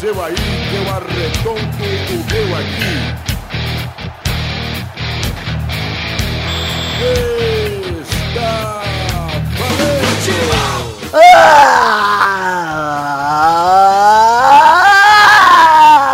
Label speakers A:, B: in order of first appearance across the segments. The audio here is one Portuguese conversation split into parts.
A: seu aí, que eu arredonto o meu aqui. Está valente!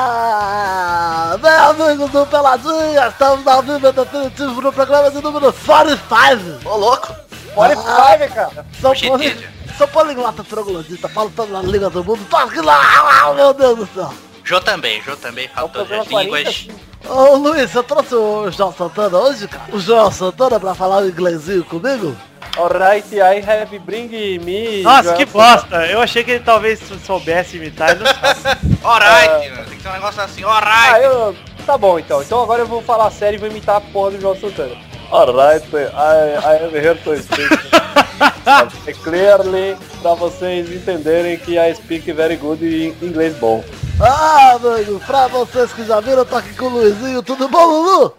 B: Ah! Bem, amigos do Peladinha, estamos ao vivo definitivo no programa de número 45.
C: Ô, louco.
D: Olha Five, cara.
B: São
C: Gente,
B: Paulo,
C: entende?
B: São Poliglota Troglodita, falo toda na língua do mundo, toque lá, ah, meu Deus do céu.
C: Jô também, Jô também
D: É o
C: fala todas
D: programa
C: as línguas.
D: 45.
B: Ô Luiz, eu trouxe o João Santana hoje, cara? O João Santana pra falar o inglesinho comigo?
D: Alright, I have bring me.
E: Nossa, que
D: Joel.
E: bosta! Eu achei que ele talvez soubesse imitar, ele não sabe.
C: Alright, mano, tem que ser um negócio assim, alright.
D: Ah, eu... Tá bom então. Então agora eu vou falar sério e vou imitar a porra do João Santana. Alright, I, I am here to speak. É Clearly, pra vocês entenderem que I speak very good em inglês bom.
B: Ah, amigo, pra vocês que já viram, eu tô aqui com o Luizinho, tudo bom, Lulu?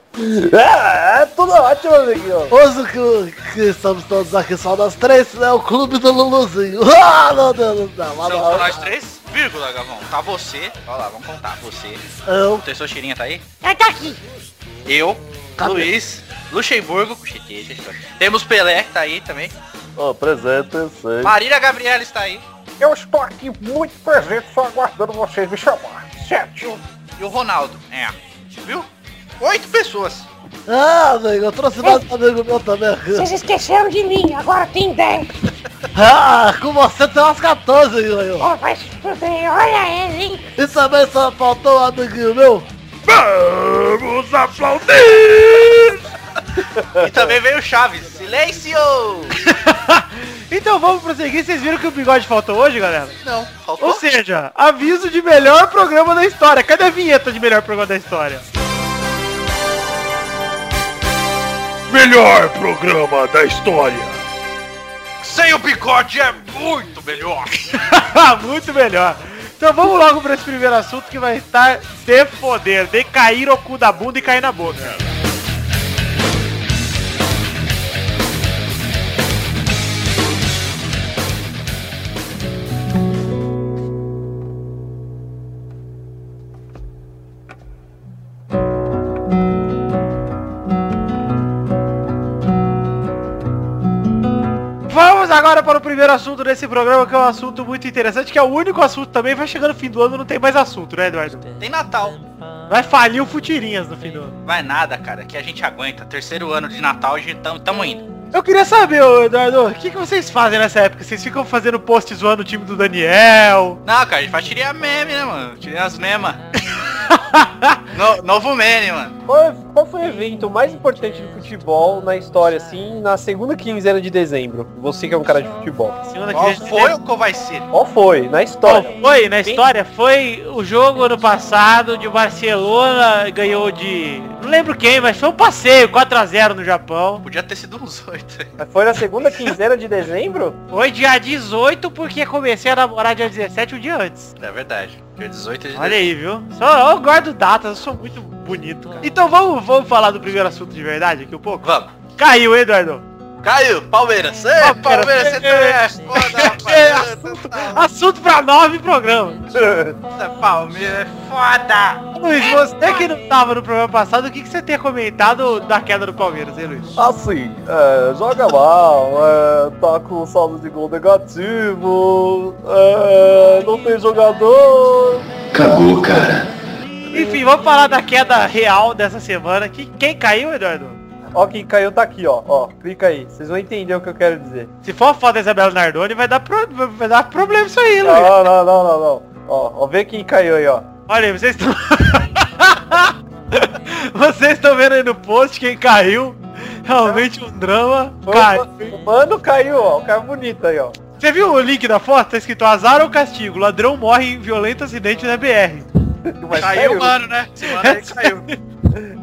D: É, é tudo ótimo, amiguinho.
B: Hoje que, que estamos todos aqui só nós três, né? O clube do Luluzinho. Ah, meu Deus do céu.
C: São
B: Ah,
C: nós três, vírgula, Gavão. Tá você, olha lá, vamos contar. Você,
B: Eu,
C: o Tessor Cheirinha tá aí?
B: é daqui.
C: Eu,
B: Cadê?
C: Luiz, Luxemburgo, Chequei, chequei. temos Pelé, que tá aí também.
D: Oh, presente, sei.
C: Marília Gabriela está aí.
F: Eu estou aqui muito presente, só aguardando vocês me chamar. Sete.
C: E o Ronaldo, é. Viu? Oito pessoas.
B: Ah, amigo, eu trouxe mais um amigo meu também aqui.
G: Vocês esqueceram de mim, agora tem 10.
B: Ah, com você tem umas 14, Ilanho.
G: Oh, vai se fuder, olha ele, hein?
B: E também só faltou um amiguinho meu.
C: Vamos aplaudir! e também veio o Chaves. Silêncio!
E: Então vamos prosseguir, vocês viram que o bigode faltou hoje, galera?
C: Não,
E: Ou
C: faltou.
E: seja, aviso de melhor programa da história. Cadê a vinheta de melhor programa da história?
A: Melhor programa da história.
C: Sem o bigode é muito melhor.
E: Tá Muito melhor. Então vamos logo para esse primeiro assunto que vai estar de poder, de cair o cu da bunda e cair na boca. Vamos agora para o primeiro assunto desse programa, que é um assunto muito interessante, que é o único assunto também. Vai chegando o fim do ano, não tem mais assunto, né, Eduardo?
C: Tem Natal.
E: Vai falir o Futirinhas no fim do ano.
C: Vai nada, cara, que a gente aguenta. Terceiro ano de Natal, a gente tam, tamo indo.
E: Eu queria saber, ô, Eduardo, o que, que vocês fazem nessa época? Vocês ficam fazendo post zoando o time do Daniel?
C: Não, cara, a gente vai tirar meme, né, mano? Tirar as memas. No- novo meme, mano.
D: Qual, qual foi o evento mais importante do futebol na história, assim, na segunda quinzena de dezembro? Você que é um cara de futebol.
E: Segunda
C: Qual
E: que-
C: foi ou qual vai ser?
D: Qual foi? Na
E: Qual
D: história.
E: né? foi na história? Foi o jogo ano passado de Barcelona ganhou de. Não lembro quem, mas foi um passeio, 4x0 no Japão.
C: Podia ter sido uns oito.
D: Foi na segunda quinzena de dezembro?
E: Foi dia 18, porque comecei a namorar dia 17 um dia antes.
C: É verdade. Dia 18 de
E: Olha aí, viu? Só eu guardo datas, eu sou muito bonito, cara. Então vamos, vamos falar do primeiro assunto de verdade aqui um pouco?
C: Vamos.
E: Caiu, hein, Eduardo?
C: Caiu, Palmeiras. Ê,
E: Palmeiras.
C: Palmeiras, você também é foda, rapaz.
E: Assunto pra nove programas.
C: Puta, Palmeiras é foda.
E: Luiz, você que não tava no programa passado, o que, que você tem comentado da queda do Palmeiras, hein, Luiz?
D: Assim, é, joga mal, é, tá com saldo de gol negativo, é, não tem jogador.
H: Cagou, cara.
E: Enfim, vamos falar da queda real dessa semana. Que, quem caiu, Eduardo?
D: Ó, quem caiu tá aqui, ó. Ó, clica aí. Vocês vão entender o que eu quero dizer.
E: Se for a foto da Isabela Nardoni, vai dar, pro- vai dar problema isso aí, Luiz.
D: Não, não, não, não, não. Ó, ó, vê quem caiu aí, ó.
E: Olha aí, vocês estão. vocês estão vendo aí no post quem caiu. Realmente um drama. Caiu.
D: O mano caiu, ó. O cara é bonito aí, ó.
E: Você viu o link da foto? Tá escrito azar ou castigo. Ladrão morre em violento acidente na BR.
D: Mas
C: Caiu, mano, né? Esse mano aí caiu.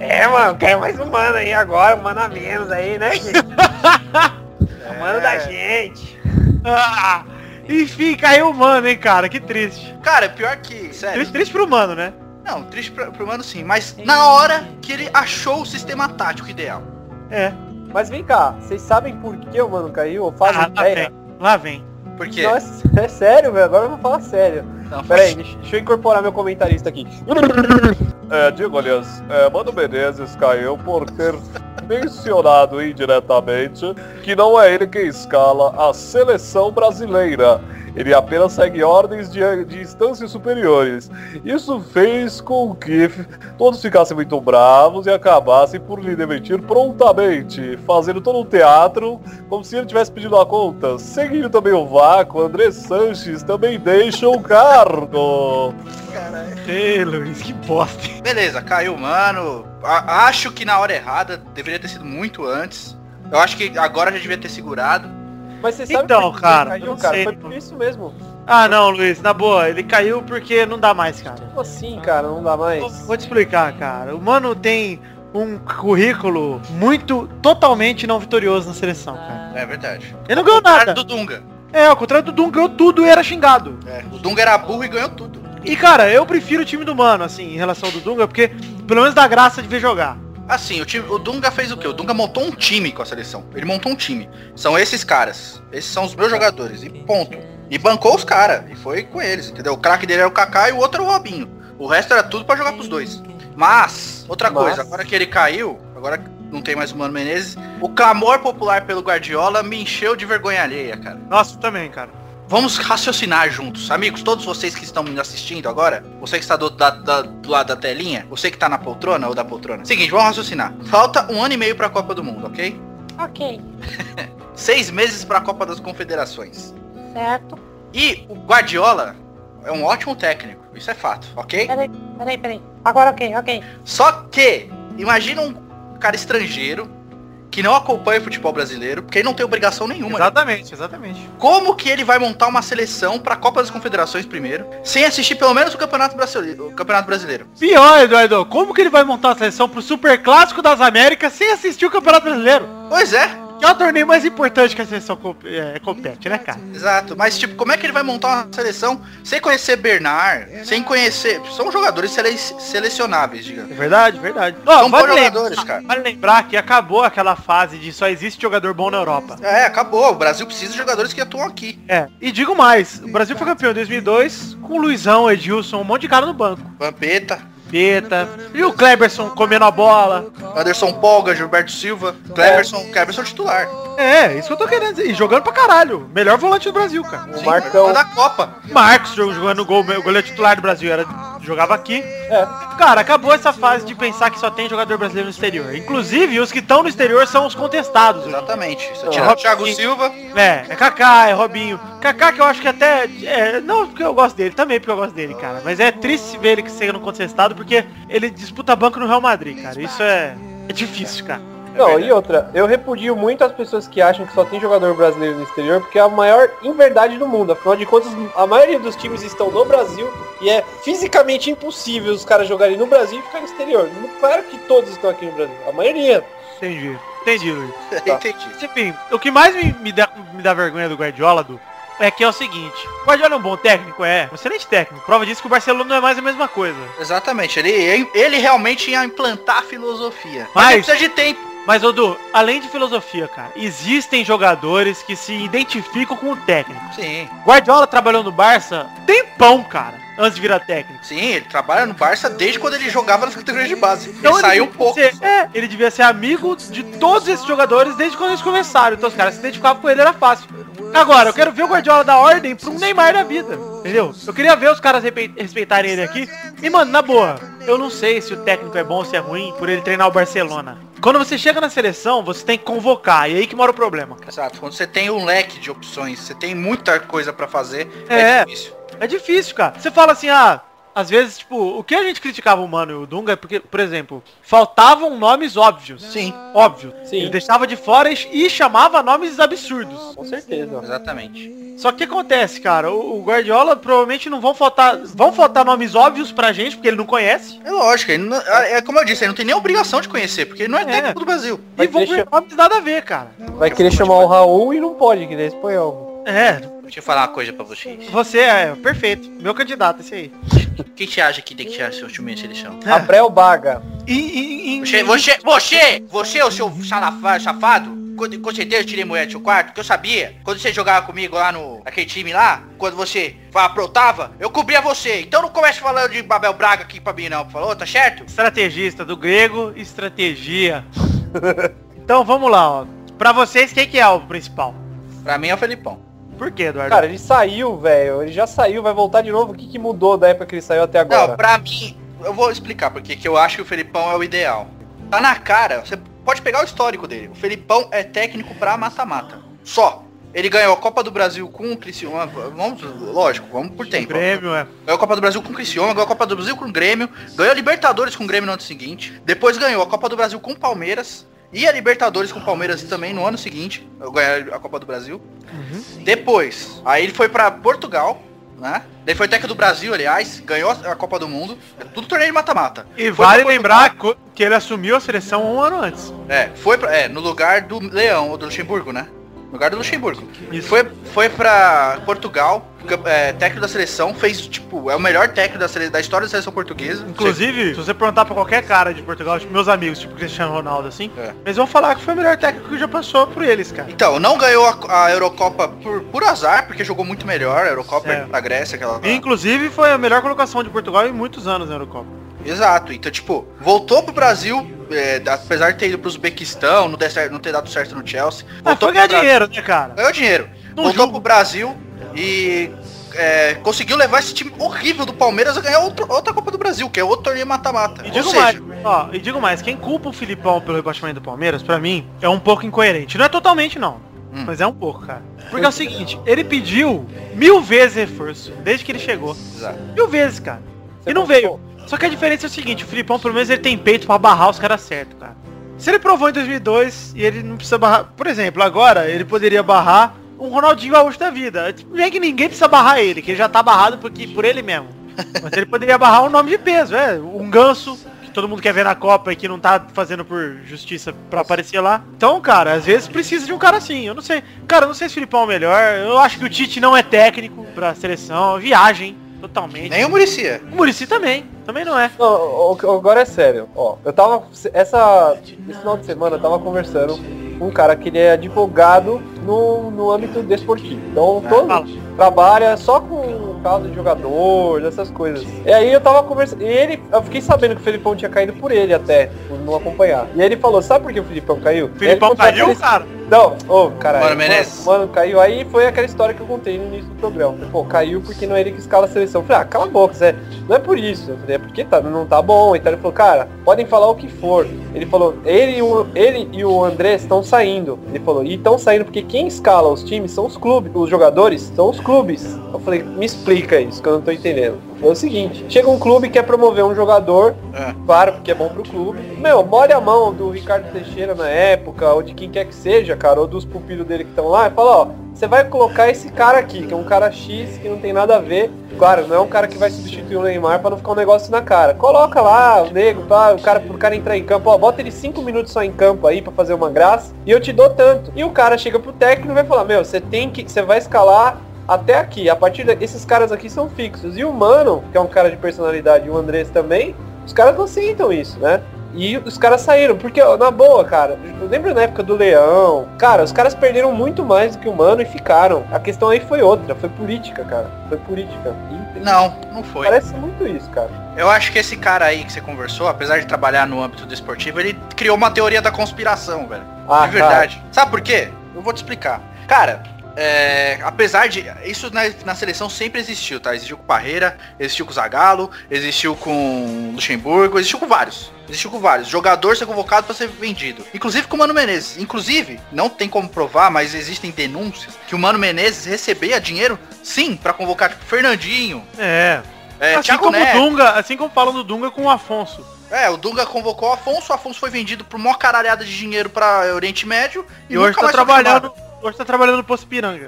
F: É, mano, quer mais um mano aí agora, um mano a menos aí, né, gente? O Mano
D: É.
F: da gente.
E: Ah, enfim, caiu o mano, hein, cara. Que triste.
C: Cara, pior que... Sério.
E: Triste, triste pro mano, né?
C: Não, triste pro, pro mano sim, mas na hora que ele achou o sistema tático ideal.
E: É.
D: Mas vem cá, vocês sabem por que o mano caiu? Ou fazem
E: Ah, lá
D: ideia?
E: vem. Lá vem.
C: Por quê?
D: Não, é, s- é sério, velho. Agora eu vou falar sério.
C: Não,
D: Pera aí, deixa, deixa eu incorporar meu comentarista aqui. É, digo, aliás, é, Mano Menezes caiu por ter mencionado indiretamente que não é ele quem escala a seleção brasileira. Ele apenas segue ordens de, de instâncias superiores. Isso fez com que f- todos ficassem muito bravos e acabassem por lhe demitir prontamente, fazendo todo um teatro como se ele tivesse pedido a conta. Seguindo também o vácuo, André Sanches também deixa o cargo.
E: Ei, Luiz, que bosta.
C: Beleza, caiu, mano. A- acho que na hora errada, deveria ter sido muito antes. Eu acho que agora já devia ter segurado.
D: Mas você
E: sabe Então, por que ele cara, caiu,
D: caiu,
E: eu não cara?
D: cara?
E: sei,
D: Foi
E: Foi não.
D: por
E: por
D: isso mesmo.
E: Ah, não, Luiz, na boa, ele caiu porque não dá mais, cara.
D: Como assim, cara? Não dá
E: Vou,
D: mais.
E: vou te explicar, cara. O Mano tem um currículo muito, totalmente não vitorioso na seleção, cara.
C: É verdade.
E: Ele não ganhou
C: Cara
E: nada.
C: do Dunga.
E: É, ao contrário do Dunga, ganhou tudo e era xingado.
C: É, O Dunga era burro e ganhou tudo.
E: E cara, eu prefiro o time do Mano, assim, em relação ao do Dunga, porque pelo menos dá graça de ver jogar.
C: Assim, o, time, o Dunga fez o quê? O Dunga montou um time com a seleção. Ele montou um time. São esses caras. Esses são os meus jogadores. E ponto. E bancou os caras. E foi com eles, entendeu? O craque dele era o Kaká e o outro era o Robinho. O resto era tudo pra jogar pros dois. Mas, outra
D: Mas-
C: coisa, agora que ele caiu, agora que não tem mais o Mano Menezes, o clamor popular pelo Guardiola me encheu de vergonha alheia, cara.
E: Nossa, eu também, cara.
C: Vamos raciocinar juntos. Amigos, todos vocês que estão me assistindo agora, você que está do, da- da- do lado da telinha, você que está na poltrona ou da poltrona. Seguinte, vamos raciocinar. Falta um ano e meio para a Copa do Mundo, ok?
G: Ok,
C: Seis meses para a Copa das Confederações.
G: certo.
C: E o Guardiola é um ótimo técnico, isso é fato, ok?
G: Peraí, peraí. Agora ok, ok.
C: Só que, imagina um cara estrangeiro que não acompanha o futebol brasileiro, porque ele não tem obrigação nenhuma. né?
E: Exatamente, exatamente.
C: Como que ele vai montar uma seleção pra Copa das Confederações primeiro, sem assistir pelo menos o Campeonato Brasileiro? O Campeonato Brasileiro.
E: Pior, Eduardo, como que ele vai montar a seleção pro Super Clássico das Américas sem assistir o Campeonato Brasileiro?
C: Pois é,
E: Que é o torneio mais importante que a seleção comp- é, compete, né, cara?
C: exato. Mas tipo, como é que ele vai montar uma seleção sem conhecer Bernard, sem conhecer. São jogadores sele- selecionáveis, digamos.
E: É Verdade, verdade.
C: São bons
E: vale,
C: jogadores,
E: lembrar,
C: cara.
E: vale lembrar que acabou aquela fase de só existe jogador bom na Europa.
C: É, acabou. O Brasil precisa de jogadores que atuam aqui.
E: É, e digo mais, o Brasil foi campeão em 2002 com Luizão, Edilson, um monte de cara no banco.
C: Vampeta,
E: Peta, e o Kleberson comendo a bola.
C: Anderson Polga, Gilberto Silva, Cleverson, Cleverson titular.
E: É, isso que eu tô querendo dizer. E jogando pra caralho. Melhor volante do Brasil, cara.
C: Sim,
D: Marcão.
C: da Copa.
E: Marcos jog- jogando gol, o goleiro titular do Brasil era, jogava aqui. Cara, acabou essa fase de pensar que só tem jogador brasileiro no exterior. Inclusive, os que estão no exterior são os contestados. hoje.
C: Exatamente. Você tira o Thiago Silva.
E: É, é Kaká, é Robinho. Kaká que eu acho que até... é, não porque eu gosto dele, também porque eu gosto dele, cara. Mas é triste ver ele que sendo contestado porque ele disputa banco no Real Madrid, cara. Isso é, é difícil, cara.
D: Não, e outra, eu repudio muito as pessoas que acham que só tem jogador brasileiro no exterior, porque é a maior inverdade do mundo. Afinal de contas, a maioria dos times estão no Brasil e é fisicamente impossível os caras jogarem no Brasil e ficarem no exterior. Claro que todos estão aqui no Brasil, a maioria.
E: Entendi. Entendi, Luiz.
C: Entendi.
E: Mas, Enfim, o que mais me, me dá, me dá vergonha do Guardiola, Du, é que é o seguinte. O Guardiola é um bom técnico? É. Um excelente técnico. Prova disso que o Barcelona não é mais a mesma coisa.
C: Exatamente. Ele, ele realmente ia implantar a filosofia.
E: Mas-
C: Mas ele precisa de tempo.
E: Mas, ô, Du, além de filosofia, cara, existem jogadores que se identificam com o técnico.
C: Sim.
E: Guardiola trabalhou no Barça tempão, cara, antes de virar técnico.
C: Sim, ele trabalha no Barça desde quando ele jogava nas categorias de base. Ele
E: Então
C: saiu
E: devia
C: pouco.
E: ser- é, ele devia ser amigo de todos esses jogadores desde quando eles começaram. Então os caras se identificavam com ele, era fácil. Agora, eu quero ver o Guardiola da ordem pro Neymar da vida, entendeu? Eu queria ver os caras repe- respeitarem ele aqui. E, mano, na boa, eu não sei se o técnico é bom ou se é ruim por ele treinar o Barcelona. Quando você chega na seleção, você tem que convocar. E é aí que mora o problema, cara.
C: Exato. Quando você tem um leque de opções, você tem muita coisa pra fazer,
E: É.
C: é difícil.
E: É difícil, cara. Você fala assim, ah, às vezes, tipo, o que a gente criticava o Mano e o Dunga é porque, por exemplo, faltavam nomes óbvios.
C: Sim.
E: Óbvio.
D: Sim.
E: Ele deixava de fora e- e chamava nomes absurdos.
D: Com certeza.
C: Exatamente.
E: Só que o que acontece, cara, o o Guardiola provavelmente não vão faltar, vão faltar nomes óbvios pra gente, porque ele não conhece.
C: É lógico, ele não- é como eu disse, ele não tem nem obrigação de conhecer, porque ele não é,
E: É.
C: técnico do Brasil.
E: E
D: Mas
E: vão
D: deixa-
E: ver nomes nada a ver, cara.
D: Vai querer chamar o Raul e não pode, que ele é espanhol.
E: É,
C: Deixa eu falar uma coisa pra vocês.
E: você é perfeito. Meu candidato, esse aí.
C: Quem te acha que tem que tirar seu time de seleção?
D: Abreu É. Baga.
E: E, e- e-
C: é Você, você, você, você, o seu salafá- safado, com, com certeza eu tirei moeda do quarto, porque eu sabia, quando você jogava comigo lá no aquele time lá, quando você fa- aprontava, eu cobria você. Então não comece falando de Babel Braga aqui pra mim não, falou, tá certo?
E: Estrategista, do grego, estratégia. então vamos lá, ó. Pra vocês, quem que é o principal?
C: Pra mim é o Felipão.
E: Por que, Eduardo?
D: Cara, ele saiu, velho. Ele já saiu, vai voltar de novo. O que, que mudou da época que ele saiu até agora?
C: Não, pra mim, eu vou explicar porque que eu acho que o Felipão é o ideal. Tá na cara, você pode pegar o histórico dele. O Felipão é técnico pra mata-mata. Só. Ele ganhou a Copa do Brasil com o Criciúma. Vamos, lógico, vamos por tempo.
E: prêmio é.
C: Ganhou a Copa do Brasil com o Criciúma, ganhou a Copa do Brasil com o Grêmio, ganhou a Libertadores com o Grêmio no ano seguinte, depois ganhou a Copa do Brasil com o Palmeiras e a Libertadores com o Palmeiras também no ano seguinte, ganhou a Copa do Brasil.
E: Uhum.
C: Depois, aí ele foi pra Portugal, né? Daí foi técnico do Brasil, aliás, ganhou a Copa do Mundo, É tudo torneio de mata-mata.
E: E
C: Foi
E: vale
C: pra Portugal,
E: lembrar co- que ele assumiu a seleção um ano antes.
C: É, foi pra, é, no lugar do Leão, ou do Luxemburgo, né? No lugar do Luxemburgo.
E: Isso.
C: Foi, foi pra Portugal, cam- é, técnico da seleção, fez, tipo, é o melhor técnico da, sele- da história da seleção portuguesa.
E: Inclusive, se você perguntar pra qualquer cara de Portugal, tipo meus amigos, tipo Cristiano Ronaldo, assim,
C: É.
E: eles vão falar que foi o melhor técnico que já passou por eles, cara.
C: Então, não ganhou a, a Eurocopa por, por azar, porque jogou muito melhor. A Eurocopa
E: É.
C: é. pra Grécia, aquela.
E: E, inclusive, foi a melhor colocação de Portugal em muitos anos na Eurocopa.
C: Exato. Então, tipo, voltou pro Brasil, é, apesar de ter ido pro Uzbequistão, não, der certo- não ter dado certo no Chelsea.
E: Ah,
C: Voltou
E: foi ganhar
C: pro Bra-
E: dinheiro, né, cara?
C: Ganhou dinheiro.
E: Não
C: voltou
E: julgo.
C: pro Brasil e é, conseguiu levar esse time horrível do Palmeiras a ganhar outro- outra Copa do Brasil, que é outro torneio mata-mata.
E: E
C: Ou
E: digo
C: seja,
E: mais, ó, e digo mais, quem culpa o Filipão pelo rebaixamento do Palmeiras, pra mim, é um pouco incoerente. Não é totalmente, não.
C: Hum.
E: Mas é um pouco, cara. Porque é o seguinte, ele pediu mil vezes reforço, desde que ele chegou.
C: Exato.
E: Mil vezes, cara.
D: Você
E: e não
D: contou?
E: veio. Só que a diferença é o seguinte, o Filipão, pelo menos, ele tem peito pra barrar os caras certo, cara. Se ele provou em 2002 e ele não precisa barrar... Por exemplo, agora, ele poderia barrar um Ronaldinho Gaúcho da vida. Bem que ninguém precisa barrar ele, que ele já tá barrado porque, por ele mesmo. Mas ele poderia barrar um nome de peso, é. Um ganso, que todo mundo quer ver na Copa e que não tá fazendo por justiça pra aparecer lá. Então, cara, às vezes precisa de um cara assim. Eu não sei. Cara, eu não sei se o Filipão é o melhor. Eu acho que o Tite não é técnico pra seleção. Viagem, totalmente.
C: Nem o Muricia.
E: O Murici também. Também não é.
D: Não, o- o- agora é sério. Ó, eu tava. Essa, esse final de semana eu tava conversando com um cara que ele é advogado no, no âmbito desportivo. Então todo
E: fala.
D: trabalha só com caso de jogador, dessas coisas. E aí eu tava conversando. E ele, eu fiquei sabendo que o Felipão tinha caído por ele até, por não acompanhar. E aí ele falou, sabe por que o Felipão caiu?
E: O Filipão
D: Ele
E: caiu, cara.
D: não, ô, caralho.
C: Mano, merece.
D: Mano, mano, caiu. Aí foi aquela história que eu contei no início do programa. Falei, Pô, caiu porque não é ele que escala a seleção. Eu falei, ah, cala a boca, Zé. Não é por isso. Eu falei, é porque tá, não tá bom. Então ele falou, cara, podem falar o que for. Ele falou, ele e o, ele e o André estão saindo. Ele falou, e estão saindo porque quem escala os times são os clubes. Os jogadores são os clubes. Eu falei, me explica isso, que eu não tô entendendo. É o seguinte, chega um clube que quer promover um jogador
C: É.
D: Claro, porque é bom pro clube. Meu, molha a mão do Ricardo Teixeira na época, ou de quem quer que seja, cara, ou dos pupilos dele que estão lá, e fala, ó, você vai colocar esse cara aqui, que é um cara X, que não tem nada a ver. Claro, não é um cara que vai substituir o Neymar pra não ficar um negócio na cara. Coloca lá o nego, pá, o cara, pro cara entrar em campo, ó, bota ele cinco minutos só em campo aí pra fazer uma graça, e eu te dou tanto. E o cara chega pro técnico e vai falar, meu, você tem que, você vai escalar até aqui, a partir da, esses caras aqui são fixos. E o Mano, que é um cara de personalidade, e o Andrés também, os caras não aceitam isso, né? E os caras saíram, porque, ó, na boa, cara, eu lembro na época do Leão, cara, os caras perderam muito mais do que o Mano e ficaram. A questão aí foi outra, foi política, cara. Foi política. E
C: Não, não foi.
D: parece muito isso, cara.
C: Eu acho que esse cara aí que você conversou, apesar de trabalhar no âmbito desportivo, ele criou uma teoria da conspiração, velho.
D: Ah,
C: de É verdade. Sabe por quê? Eu vou te explicar. Cara, é, apesar de. Isso na, na seleção sempre existiu, tá? Existiu com o Parreira, existiu com o Zagallo, existiu com o Luxemburgo, existiu com vários. Existiu com vários. Jogador ser convocado pra ser vendido. Inclusive com o Mano Menezes. Inclusive, não tem como provar, mas existem denúncias que o Mano Menezes recebia dinheiro, sim, pra convocar tipo, Fernandinho,
E: É.
C: é,
E: assim
C: Thiago
E: como o
C: Neves.
E: Dunga, assim como falam do Dunga com o Afonso.
C: É, o Dunga convocou o Afonso, o Afonso foi vendido por uma caralhada de dinheiro pra Oriente Médio
E: E, hoje
C: nunca
E: tá
C: mais foi chamado.
E: trabalhando. Hoje tá trabalhando no Poço Piranga.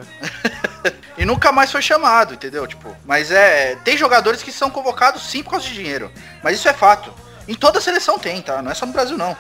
C: E nunca mais foi chamado, entendeu? Tipo, mas é. Tem jogadores que são convocados sim por causa de dinheiro. Mas isso é fato. Em toda seleção tem, tá? Não é só no Brasil, não.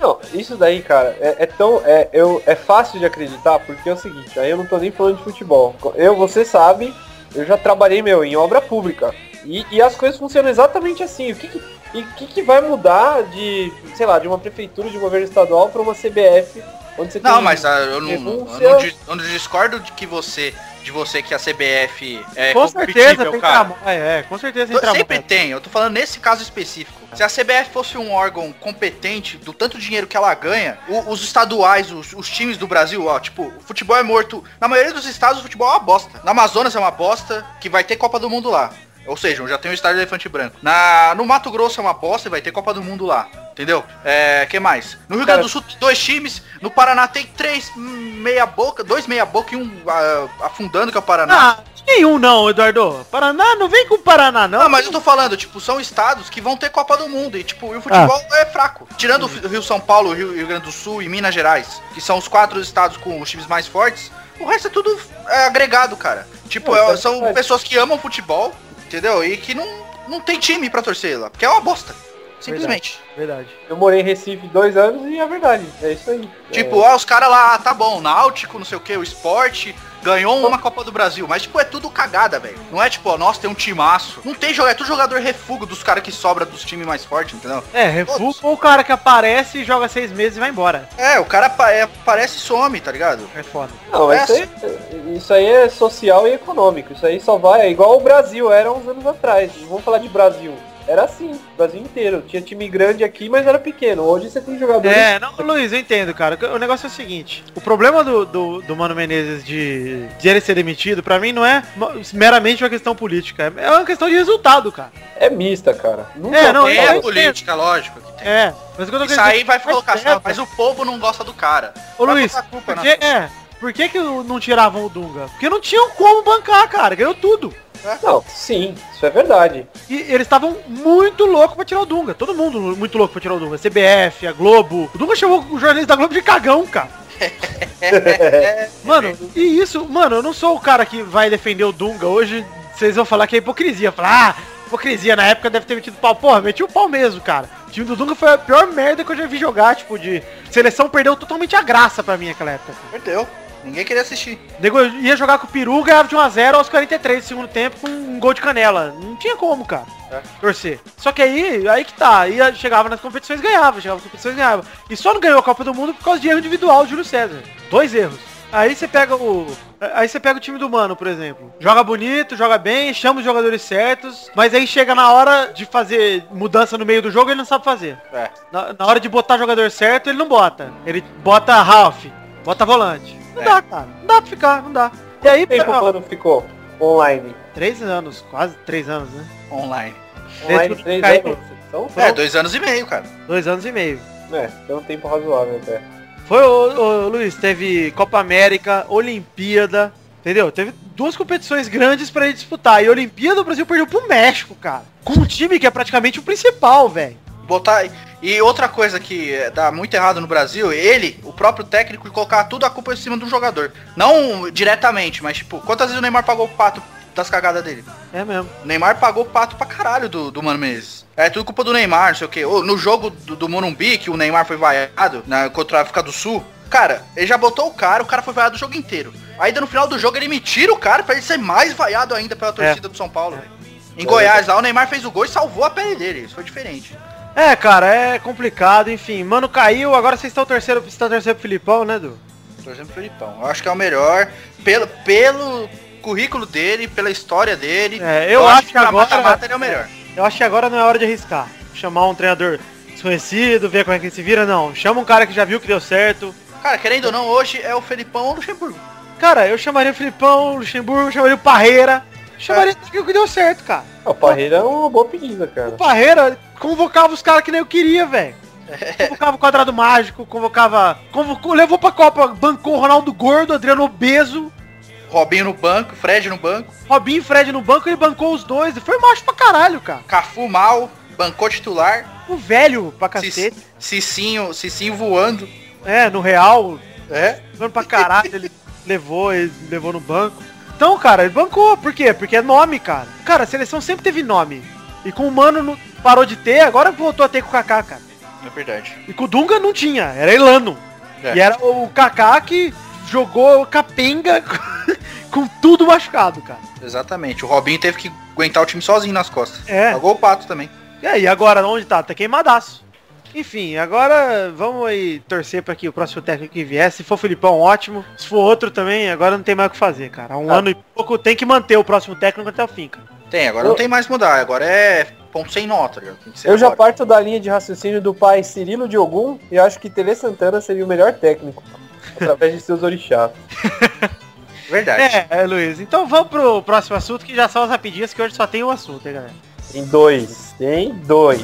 D: Não, isso daí, cara, é, é tão. É, eu, é fácil de acreditar, porque é o seguinte, aí eu não tô nem falando de futebol. Eu, você sabe, eu já trabalhei, meu, em obra pública. E, e as coisas funcionam exatamente assim. O que, que, e o que, que vai mudar de, sei lá, de uma prefeitura, de um governo estadual pra uma CBF Quando você
C: Não,
D: tem-
C: mas ah, eu não,
E: um
D: Denúncia.
C: eu não dis- eu não discordo de que você, de você que a CBF é
E: com certeza
C: corruptível,
E: tem
C: cara.
E: tramóia. É, com certeza tem
C: Eu sempre
E: tramóia.
C: tem, eu tô falando nesse caso específico. Se a CBF fosse um órgão competente do tanto dinheiro que ela ganha, o- os estaduais, os, os times do Brasil, ó, tipo, o futebol é morto. Na maioria dos estados, o futebol é uma bosta. Na Amazonas é uma bosta, que vai ter Copa do Mundo lá. Ou seja, já tem o estádio Elefante Branco. Na, no Mato Grosso é uma bosta e vai ter Copa do Mundo lá. Entendeu? É, que mais? No Rio Grande do Sul, dois times. No Paraná tem três hum, meia boca, dois meia boca e um ah, afundando, que é o Paraná.
E: Ah, nenhum não, Eduardo. Paraná, não vem com Paraná, não.
C: Não, mas eu tô falando, tipo, são estados que vão ter Copa do Mundo e, tipo, e o futebol é fraco. Tirando o Fi- o Rio São Paulo, o Rio Rio Grande do Sul e Minas Gerais, que são os quatro estados com os times mais fortes, o resto é tudo é, agregado, cara. Tipo,
D: Não,
C: é-
D: tá
C: são
D: certo.
C: pessoas que amam futebol, entendeu? E que não, não tem time pra torcer lá, porque é uma bosta. Simplesmente.
E: Verdade.
D: Eu morei em Recife dois anos e é verdade, é isso aí.
C: Tipo, ah, os caras lá, ah, tá bom, Náutico, não sei o que, o esporte, ganhou uma Copa do Brasil. Mas, tipo, é tudo cagada, velho. Não é tipo, ó, nossa, tem um timaço. Não tem jogador, é tudo jogador refugo dos caras que sobra dos times mais fortes, entendeu?
E: É, refugo ou o cara que aparece, joga seis meses e vai embora.
C: É, o cara pa- é, parece e some, tá ligado?
E: É foda.
D: é, não, isso, aí, isso aí é social e econômico. Isso aí só vai. É igual o Brasil era uns anos atrás. Vamos falar de Brasil. Era assim, Brasil inteiro. Tinha time grande aqui, mas era pequeno. Hoje você tem jogadores.
C: né?
E: É, não, Luiz, eu entendo, cara. O negócio é o seguinte. O problema do, do, do Mano Menezes de, de ele ser demitido, pra mim, não é meramente uma questão política. É uma questão de resultado, cara.
D: É mista, cara. Nunca
E: É, não,
D: foi
C: é
E: eu-
D: falado.
E: eu-
C: política, lógico. Que tem.
E: É. Mas o que eu tô
C: Isso
E: querendo
C: aí vai
E: faz
C: colocar, assim,
E: certo.
C: ó, mas o povo não gosta do cara.
E: Ô
C: Vai
E: Luiz,
C: botar a culpa né?
E: por
C: na
E: que, é, por que que não tiravam o Dunga? Porque não tinham como bancar, cara, ganhou tudo.
D: Não, sim, isso é verdade.
E: E eles estavam muito loucos pra tirar o Dunga. Todo mundo muito louco pra tirar o Dunga. CBF, a Globo. O Dunga chamou o jornalista da Globo de cagão, cara. mano, e isso, mano, eu não sou o cara que vai defender o Dunga. Hoje vocês vão falar que é hipocrisia. Falar, ah, hipocrisia, na época deve ter metido pau. Porra, meti o pau mesmo, cara. O time do Dunga foi a pior merda que eu já vi jogar, tipo, de... Seleção perdeu totalmente a graça pra mim naquela época.
C: Perdeu. Ninguém queria assistir.
E: Nego ia jogar com o Peru, ganhava de 1x0 aos 43 do segundo tempo com um gol de canela. Não tinha como, cara. Torcer. Só que aí, aí que tá. Ia, chegava nas competições ganhava, chegava nas competições ganhava. E só não ganhou a Copa do Mundo por causa de erro individual, Júlio César. Dois erros. Aí você pega o. Aí você pega o time do Mano, por exemplo. Joga bonito, joga bem, chama os jogadores certos, mas aí chega na hora de fazer mudança no meio do jogo, ele não sabe fazer.
C: É.
E: Na, na hora de botar jogador certo, ele não bota. Ele bota Ralph, bota volante. Não
C: É.
E: dá, cara. Não dá pra ficar, não dá. E aí,
D: Tempo
E: pera-
D: o mano ficou online.
E: três anos, quase três anos, né?
C: Online.
D: Online
E: Desde
D: três
E: que caiu.
D: anos. Então
C: É,
D: pronto.
C: dois anos e meio, cara.
E: Dois anos e meio.
D: É, tem um tempo razoável até.
E: Foi, ô, ô, Luiz, teve Copa América, Olimpíada, entendeu? Teve duas competições grandes pra ele disputar. E a Olimpíada o Brasil perdeu pro México, cara. Com um time que é praticamente o principal, velho.
C: Botar. E outra coisa que eh, dá muito errado no Brasil, ele, o próprio técnico, colocar tudo a culpa em cima do jogador. Não diretamente, mas tipo, quantas vezes o Neymar pagou o pato das cagadas dele?
E: É mesmo.
C: O Neymar pagou o pato pra caralho do, do Mano Menezes. É tudo culpa do Neymar, não sei o quê. Ô, No jogo do, do Morumbi, que o Neymar foi vaiado na, contra a África do Sul, cara, ele já botou o cara, o cara foi vaiado o jogo inteiro. Ainda no final do jogo ele me tira o cara pra ele ser mais vaiado ainda
E: É.
C: pela torcida do São Paulo. velho. Em Goiás, lá o Neymar fez o gol e salvou a pele dele. Isso foi diferente.
E: É, cara, é complicado, enfim. Mano caiu, agora vocês estão terceiro, vocês estão terceiro pro Filipão, né, Du?
C: Torcendo pro Filipão. Eu acho que é o melhor pelo, pelo currículo dele, pela história dele.
E: É, eu acho que
C: pra
E: agora-
C: mata-mata ele é o melhor.
E: Eu acho que agora não é hora de arriscar. Chamar um treinador desconhecido, ver como é que ele se vira, não. Chama um cara que já viu que deu certo.
C: Cara, querendo ou não, hoje é o Felipão ou o Luxemburgo.
E: Cara, eu chamaria o Filipão, o Luxemburgo, eu chamaria o Parreira. Chamaria o que deu certo, cara.
D: O Parreira é uma boa pedida,
E: O
D: cara.
E: Parreira convocava os caras que nem eu queria, velho. Convocava o quadrado mágico, convocava. Convocou, levou pra Copa, bancou o Ronaldo Gordo, Adriano Obeso,
C: Robinho no banco, Fred no banco,
E: Robinho e Fred no banco, ele bancou os dois. Foi macho pra caralho, cara.
C: Cafu mal, bancou titular,
E: O velho pra
C: Cic-
E: cacete.
C: Cicinho, Cicinho voando.
E: É, no Real,
C: É?
E: Mano, pra caralho, ele levou, ele levou no banco. Então, cara, ele bancou. Por quê? Porque é nome, cara. Cara, a seleção sempre teve nome. E com o Mano não- parou de ter, agora voltou a ter com o Kaká, cara.
C: É verdade.
E: E com o Dunga não tinha, era Elano.
C: É.
E: E era o Kaká que jogou capenga com tudo machucado, cara.
C: Exatamente. O Robinho teve que aguentar o time sozinho nas costas.
E: É.
C: Pagou o pato também.
E: E aí, agora onde tá? Tá queimadaço. Enfim, agora vamos aí torcer pra que o próximo técnico que vier, se for Filipão, ótimo. Se for outro também, agora não tem mais o que fazer, cara. Há um
D: Ah.
E: ano e pouco tem que manter o próximo técnico até o fim, cara.
C: Tem, agora não tem mais mudar. Agora é ponto sem nota. já Tem que ser
D: Eu já
C: agora.
D: parto da linha de raciocínio do pai Cirilo de Ogum e acho que Tele Santana seria o melhor técnico. Através de seus orixás.
C: Verdade.
E: É, é, Luiz. Então vamos pro próximo assunto, que já são as rapidinhas, que hoje só tem um assunto, hein, galera.
D: Tem dois. Tem dois.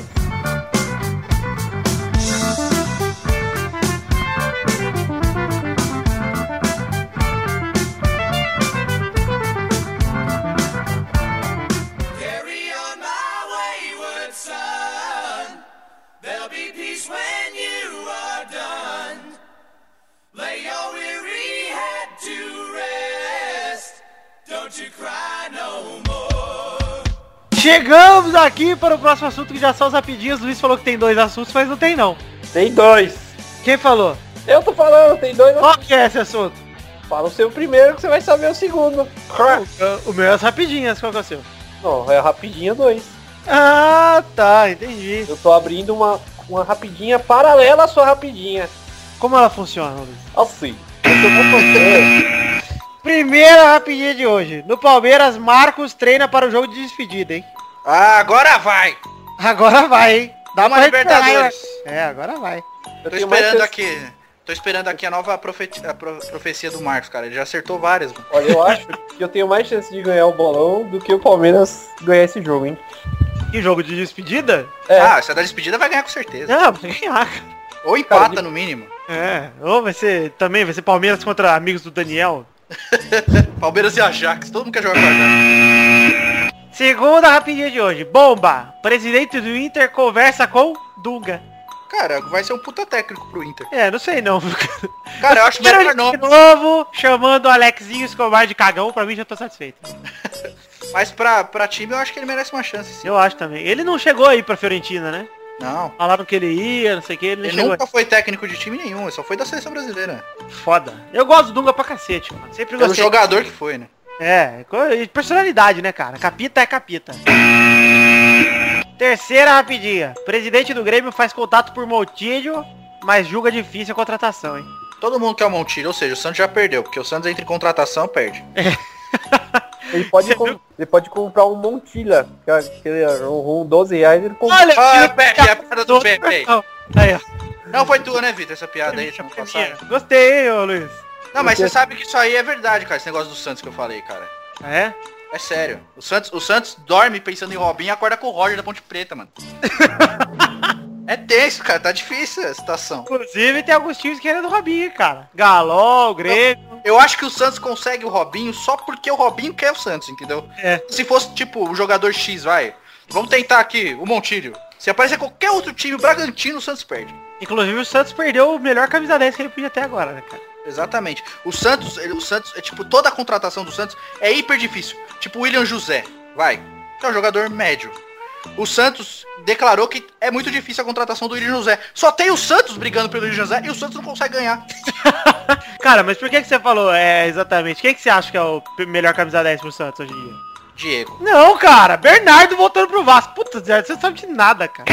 E: Chegamos aqui para o próximo assunto, que já são as rapidinhas. Luiz falou que tem dois assuntos, mas não tem não.
D: Tem dois.
E: Quem falou?
D: Eu tô falando, tem dois.
E: Qual que é esse assunto?
D: Fala o seu primeiro que você vai saber o segundo.
E: O meu é as rapidinhas, qual que é o seu?
D: Não, é rapidinha dois.
E: Ah, tá, entendi.
D: Eu tô abrindo uma, uma rapidinha paralela à sua rapidinha.
E: Como ela funciona, Luiz?
D: Assim. Eu tô com você.
E: Primeira rapidinha de hoje. No Palmeiras, Marcos treina para o jogo de despedida, hein?
C: Ah, agora vai!
E: Agora vai, hein? Dá
C: Uma
E: pra recuperar,
C: Libertadores.
E: hein? É, agora vai.
D: Eu
C: Tô
D: tenho mais
C: esperando
D: chance-
C: aqui. Tô esperando aqui a nova profeti- a pro- profecia do Marcos, cara. Ele já acertou várias, mano.
D: Olha, eu acho que eu tenho mais chance de ganhar o bolão do que o Palmeiras ganhar esse jogo, hein?
E: E jogo de despedida?
D: É.
C: Ah, se é da despedida vai ganhar com certeza.
E: Não, vai ganhar, cara.
C: Ou empata,
D: Cara,
C: no mínimo.
E: É, ou vai ser também, vai ser Palmeiras contra amigos do Daniel.
C: Palmeiras e Ajax. Todo mundo quer jogar com Ajax.
E: Segunda rapidinha de hoje. Bomba! Presidente do Inter conversa com Dunga.
C: Cara, vai ser um puta técnico pro Inter.
E: É, não sei não.
C: Cara, eu acho
E: Tira
C: melhor
E: ele
C: não.
E: de novo, chamando o Alexinho Escobar de cagão, pra mim já tô satisfeito.
C: Mas pra, pra time eu acho que ele merece uma chance, sim.
E: Eu acho também. Ele não chegou aí pra Fiorentina, né?
C: Não.
E: Falaram que ele ia, não sei o que, ele não
C: Ele
E: chegou.
C: nunca foi técnico de time nenhum, ele só foi da seleção brasileira.
E: Foda. Eu gosto do Dunga pra cacete, mano. Sempre
C: Pelo
E: gostei.
C: jogador que foi, né?
E: É, co- e personalidade, né, cara? Capita é capita. Terceira rapidinha. Presidente do Grêmio faz contato por Moutinho, mas julga difícil a contratação, hein?
C: Todo mundo quer o Montilho, ou seja, o Santos já perdeu, porque o Santos entra em contratação, perde.
D: Ele pode,
E: Você
D: com-
E: viu?
D: ele pode comprar um Montila, que é- que é um um 12 reais ele compra.
E: Olha,
C: Ah,
E: que
C: Pepe, a piada do Pepe.
E: tá Aí, ó.
C: Não, foi tua, né, Vitor, essa piada aí, semana
E: Premia.
C: passada.
E: Gostei, hein, ô Luiz.
C: Não, mas você sabe que isso aí é verdade, cara, esse negócio do Santos que eu falei, cara.
E: Ah, É?
C: É sério. O Santos, o Santos dorme pensando em Robinho e acorda com o Roger da Ponte Preta, mano. é tenso, cara, tá difícil a situação.
E: Inclusive tem alguns times querendo o Robinho, cara. Galol, Grêmio.
C: Eu acho que o Santos consegue o Robinho só porque o Robinho quer o Santos, entendeu?
E: É.
C: Se fosse, tipo, o jogador X, vai. Vamos tentar aqui, o Montilho. Se aparecer qualquer outro time, o Bragantino, o Santos perde.
E: Inclusive o Santos perdeu o melhor camisa 10 que ele podia até agora, né, cara?
C: Exatamente. O Santos, ele- o Santos, é tipo, toda a contratação do Santos é hiper difícil. Tipo, o William José, vai. É um jogador médio. O Santos declarou que é muito difícil a contratação do William José. Só tem o Santos brigando pelo William José e o Santos não consegue ganhar.
E: Cara, mas por que, que você falou é, exatamente? Quem que você acha que é o p- melhor camisa 10 pro Santos hoje em dia?
C: Diego.
E: Não, cara, Bernardo voltando pro Vasco. Puta, Zé, você não sabe de nada, cara.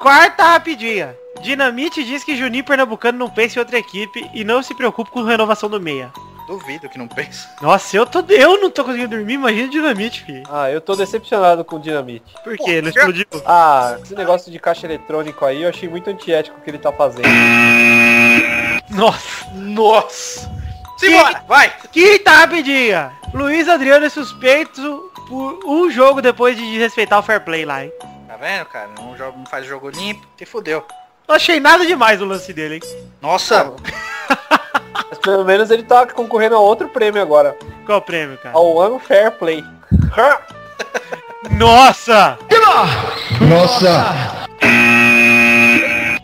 E: Quarta rapidinha. Dinamite diz que Juninho Pernambucano não pensa em outra equipe e não se preocupa com renovação do meia.
C: Duvido que não pensa.
E: Nossa, eu tô. Eu não tô conseguindo dormir, imagina o Dinamite, filho.
D: Ah, eu tô decepcionado com o Dinamite.
E: Por quê? Não explodiu.
D: Ah, esse negócio de caixa eletrônico aí eu achei muito antiético o que ele tá fazendo.
E: Nossa.
C: Nossa. Simbora, vai.
E: Quinta rapidinha. Luiz Adriano é suspeito por um jogo depois de desrespeitar o fair play lá, hein?
C: Tá vendo, cara? Não, joga- não faz jogo limpo, se fodeu.
E: Não achei nada demais o lance dele, hein? Tá
C: Nossa,
D: Mas pelo menos ele tá concorrendo a outro prêmio agora.
E: Qual o prêmio, cara?
D: Ao ano Fair Play.
E: Nossa!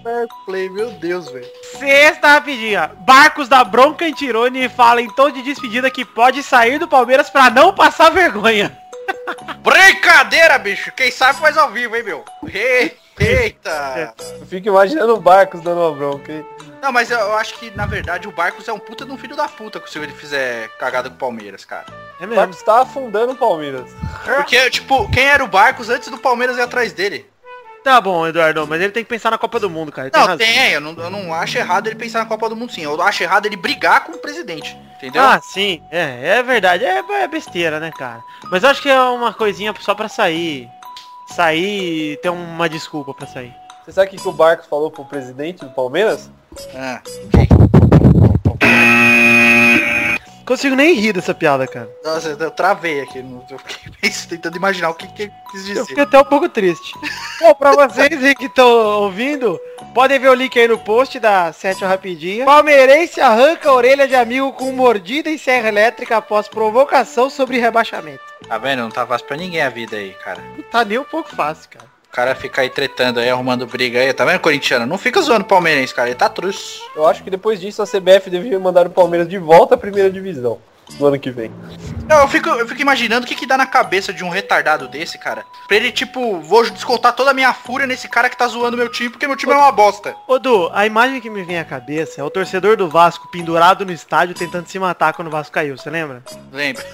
C: fair play, meu Deus, velho.
E: Sexta rapidinha. Barcos da bronca em Tirone fala em tom de despedida que pode sair do Palmeiras pra não passar vergonha.
C: Brincadeira, bicho. Quem sabe faz ao vivo, hein, meu? Ei,
E: É.
C: Eita!
D: Eu fico imaginando o Barcos dando uma bronca. hein?
C: Não, mas eu- eu acho que, na verdade, o Barcos é um puta de um filho da puta se ele fizer cagada com o Palmeiras, cara.
E: É
D: O
E: mesmo.
D: Barcos tá afundando o Palmeiras.
C: Porque, tipo, quem era o Barcos antes do Palmeiras ir atrás dele?
E: Tá bom, Eduardo, mas ele tem que pensar na Copa do Mundo, cara. Ele
C: Não,
E: razão.
C: tem, eu não, eu não acho errado ele pensar na Copa do Mundo sim. Eu acho errado ele brigar com o presidente. Entendeu?
E: Ah, sim, é, é verdade, é, é besteira, né, cara? Mas eu acho que é uma coisinha só pra sair. Sair e ter uma desculpa pra sair.
D: Você sabe o que que o Barcos falou pro presidente do Palmeiras?
C: Ah.
E: Consigo nem rir dessa piada, cara.
C: Nossa, eu travei aqui. não- Eu fiquei pensando, tentando imaginar o que, que ele quis
E: Eu
C: dizer.
E: fiquei até um pouco triste. Bom, pra vocês aí que estão ouvindo, podem ver o link aí no post da Sete Rapidinha. Palmeirense arranca a orelha de amigo com mordida e serra elétrica após provocação sobre rebaixamento.
C: Tá vendo? Não tá fácil pra ninguém a vida aí, cara.
E: Não tá nem um pouco fácil, cara.
C: O cara fica aí tretando aí, arrumando briga aí. Tá vendo, corintiano? Não fica zoando o palmeirense, cara. Ele tá truço.
D: Eu acho que depois disso a CBF devia mandar o Palmeiras de volta à primeira divisão do ano que vem.
C: Não, eu fico, eu fico imaginando o que que dá na cabeça de um retardado desse, cara. Pra ele, tipo, vou descontar toda a minha fúria nesse cara que tá zoando meu time, porque meu time é uma bosta.
E: Ô Du, a imagem que me vem à cabeça é o torcedor do Vasco pendurado no estádio tentando se matar quando o Vasco caiu, você lembra?
C: Lembra?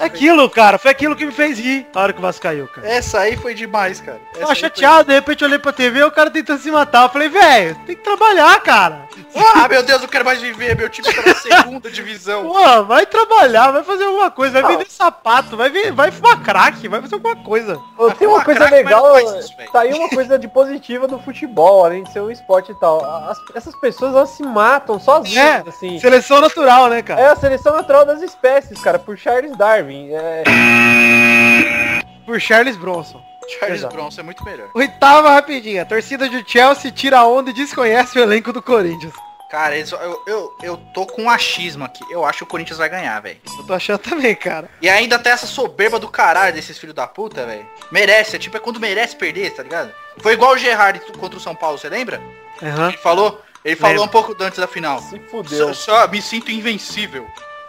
E: Aquilo, cara, foi aquilo que me fez rir na hora que o Vasco caiu, cara.
C: Essa aí foi demais, cara. Essa
E: Tava
C: aí foi-
E: chateado, de repente eu olhei pra TV e o cara tentando se matar. Eu falei, velho, tem que trabalhar, cara.
C: Ah, meu Deus, eu quero mais viver. Meu time tá na segunda divisão.
E: Pô, vai trabalhar, vai fazer alguma coisa, vai vender sapato, vai, ve- vai fumar crack, vai fazer alguma coisa.
D: Ô, Tem uma
C: Ah,
D: coisa
C: craque, mas
D: legal,
C: não faz isso, velho.
D: saiu uma coisa de positiva do futebol, além de ser um esporte e tal. As- essas pessoas elas se matam sozinhas,
E: É,
D: assim.
E: Seleção natural, né, cara?
D: É a seleção natural das espécies, cara, por Charles Darwin. É,
C: É.
E: Por Charles Bronson.
C: Charles
E: Exato.
C: Bronson é muito melhor.
E: Oitava rapidinha, torcida de Chelsea tira a onda e desconhece o elenco do Corinthians.
C: Cara, isso- eu, eu, eu tô com um achismo aqui. Eu acho que o Corinthians vai ganhar, velho.
E: Eu tô achando também, cara.
C: E ainda tem essa soberba do caralho desses filhos da puta, velho. Merece, é tipo, é quando merece perder, tá ligado? Foi igual o Gerrard contra o São Paulo, você lembra? Ele falou, ele falou um
E: Lembro.
C: pouco antes da final.
D: se
C: Só,
D: fudeu.
C: só me sinto invencível.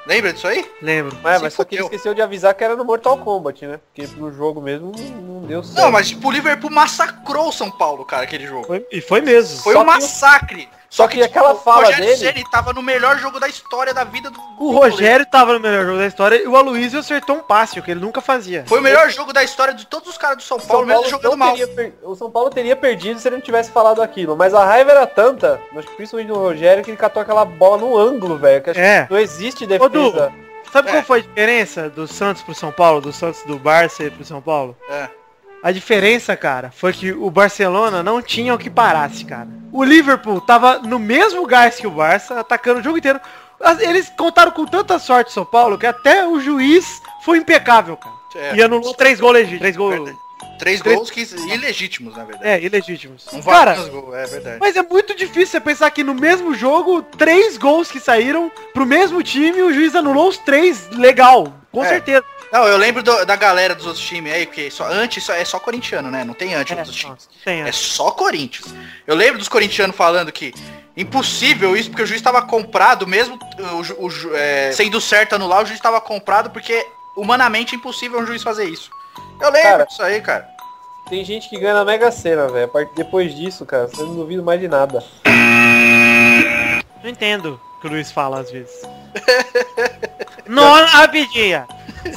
C: Lembra disso aí?
E: Lembro.
D: É,
C: se
D: mas só que ele
C: fudeu.
D: esqueceu de avisar que era no Mortal Kombat, né? Porque no jogo mesmo não- não deu certo.
C: Não, mas tipo, o Liverpool massacrou o São Paulo, cara, aquele jogo.
E: e foi mesmo.
C: Foi
D: Só
C: um
D: que-
C: massacre. tipo,
D: só que aquela fala
C: o Rogério
D: dele-
C: Ceni tava no melhor jogo da história da vida do
E: O Rogério tava no melhor jogo da história e o Aloysio acertou um passe, o que ele nunca fazia.
C: Foi o melhor jogo da história de todos os caras do São
D: O
C: Paulo, mesmo jogando
D: não
C: mal.
D: teria per- O São Paulo teria perdido se ele não tivesse falado aquilo. Mas a raiva era tanta, acho que principalmente do Rogério, que ele catou aquela bola no ângulo, velho. Que acho
E: É.
D: que não existe
E: Ô, Du,
D: defesa.
E: Sabe
C: É.
E: qual foi a diferença do Santos pro São Paulo? Do Santos do Barça pro São Paulo?
C: É.
E: A diferença, cara, foi que o Barcelona não tinha o que parasse, cara. O Liverpool tava no mesmo gás que o Barça, atacando o jogo inteiro. As- Eles contaram com tanta sorte o São Paulo que até o juiz foi impecável, cara.
C: É.
E: E anulou três gols legítimos. Três gols.
C: Verdade. Três
E: Três-
C: gols que ilegítimos, na verdade.
E: É, ilegítimos.
C: Não vale
E: Cara,
C: os gols, é verdade.
E: mas é muito difícil você pensar que no mesmo jogo, três gols que saíram pro mesmo time, o juiz anulou os três. Legal, com
C: É.
E: certeza.
C: Não, eu lembro do- da galera dos outros times aí, porque só, antes só- é só corintiano, né? Não tem antes
E: É,
C: dos outros times.
E: tem
C: É só Corinthians. Eu lembro dos corintianos falando que impossível isso, porque o juiz estava comprado, mesmo o ju- o ju- é, sendo certo anular, o juiz estava comprado, porque humanamente é impossível um juiz fazer isso. Eu lembro
D: Cara.
C: disso aí, cara.
D: Tem gente que ganha na Mega Sena, velho. A partir- Depois disso, cara, eu não duvido mais de nada.
E: Não entendo o que o Luiz fala às vezes. Nona rapidinha.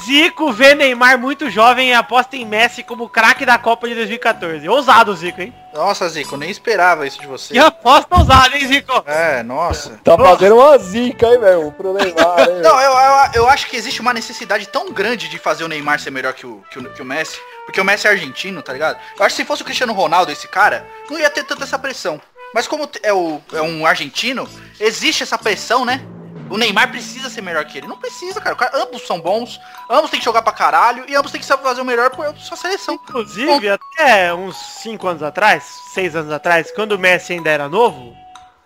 E: Zico vê Neymar muito jovem e aposta em Messi como craque da Copa de 2014. Ousado, Zico, hein?
C: Nossa, Zico, eu nem esperava isso de você.
E: Que aposta ousada, hein, Zico?
C: É, nossa.
D: Tá fazendo uma zica, hein, velho? Pro Neymar, hein,
C: Não, é um eu, eu, eu acho que existe uma necessidade tão grande de fazer o Neymar ser melhor que o, que o, que o Messi. Porque o Messi é argentino, tá ligado? Eu acho que se fosse o Cristiano Ronaldo esse cara, não ia ter tanta essa pressão. Mas como t- é, o, é um argentino, existe essa pressão, né? O Neymar precisa ser melhor que ele. Não precisa, cara. O cara- ambos são bons, ambos têm que jogar pra caralho e ambos têm que saber fazer o melhor por sua seleção.
E: Inclusive, até uns 5 anos atrás, 6 anos atrás, quando o Messi ainda era novo,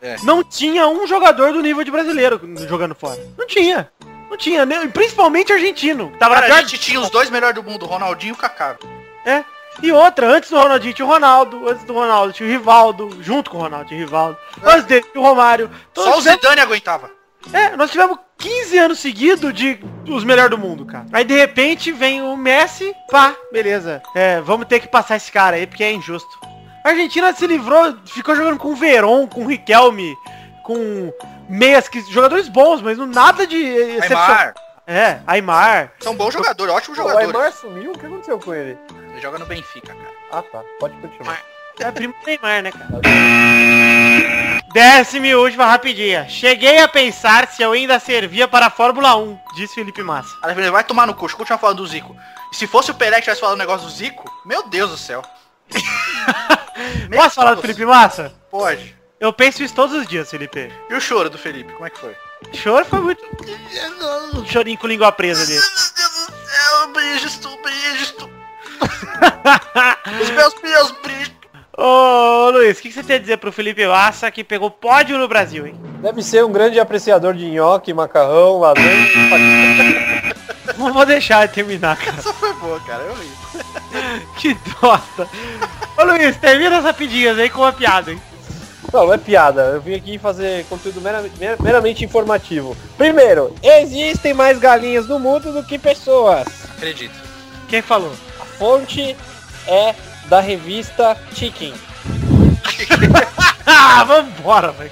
C: É.
E: não tinha um jogador do nível de brasileiro jogando fora. Não tinha. Não tinha, né? principalmente argentino. que Tava na
C: Cara, a
E: pior
C: gente tinha os dois melhores do mundo, o Ronaldinho e o Kaká.
E: E outra, antes do Ronaldinho tinha o Ronaldo, antes do Ronaldo tinha o Rivaldo, junto com o Ronaldo tinha o Rivaldo, antes dele tinha o Romário. Então,
C: Só o
E: nós tivemos,
C: Zidane aguentava.
E: é, nós tivemos 15 anos seguidos de os melhores do mundo, cara. Aí de repente vem o Messi, pá, beleza. É, vamos ter que passar esse cara aí, porque é injusto. A Argentina se livrou, ficou jogando com o Verón, com o Riquelme, com meias, que, jogadores bons, mas não nada de excepcional.
C: Neymar.
E: É, Aymar.
C: São bons jogadores, ótimos
D: Pô, é o
C: jogadores.
D: Neymar sumiu? O que aconteceu com ele?
C: Ele joga no Benfica, cara.
D: Ah, tá. Pode continuar.
F: É primo do Neymar, né, cara?
E: Décima e última rapidinha. Cheguei a pensar se eu ainda servia para a Fórmula 1, disse Felipe Massa.
C: Aí ele falou, vai tomar no cu, continua falando do Zico. E se fosse o Pelé que tivesse falado o negócio do Zico, meu Deus do céu. Meu
E: Posso falar do
C: Deus.
E: Felipe Massa?
C: Pode.
E: Eu penso isso todos os dias, Felipe.
C: E o choro do Felipe, como é que foi?
E: Choro foi muito... Um chorinho com língua presa ali.
C: Meu Deus do céu, Brigisto, Brigisto. um Os meus meus Brigisto.
E: Ô, Luiz, o que, que você tem a dizer pro Felipe Massa que pegou pódio no Brasil, hein?
D: Deve ser um grande apreciador de nhoque, macarrão, lasanha.
E: Não vou deixar ele terminar, cara.
C: Essa foi boa, cara, eu ri.
E: Que dota. Ô, Luiz, termina as rapidinhas aí com uma piada, hein?
D: Não, não é piada. Eu vim aqui fazer conteúdo meramente, meramente informativo. Primeiro, existem mais galinhas no mundo do que pessoas.
C: Acredito.
E: Quem falou?
D: A fonte é da revista Chicken.
E: Ah, vambora, velho.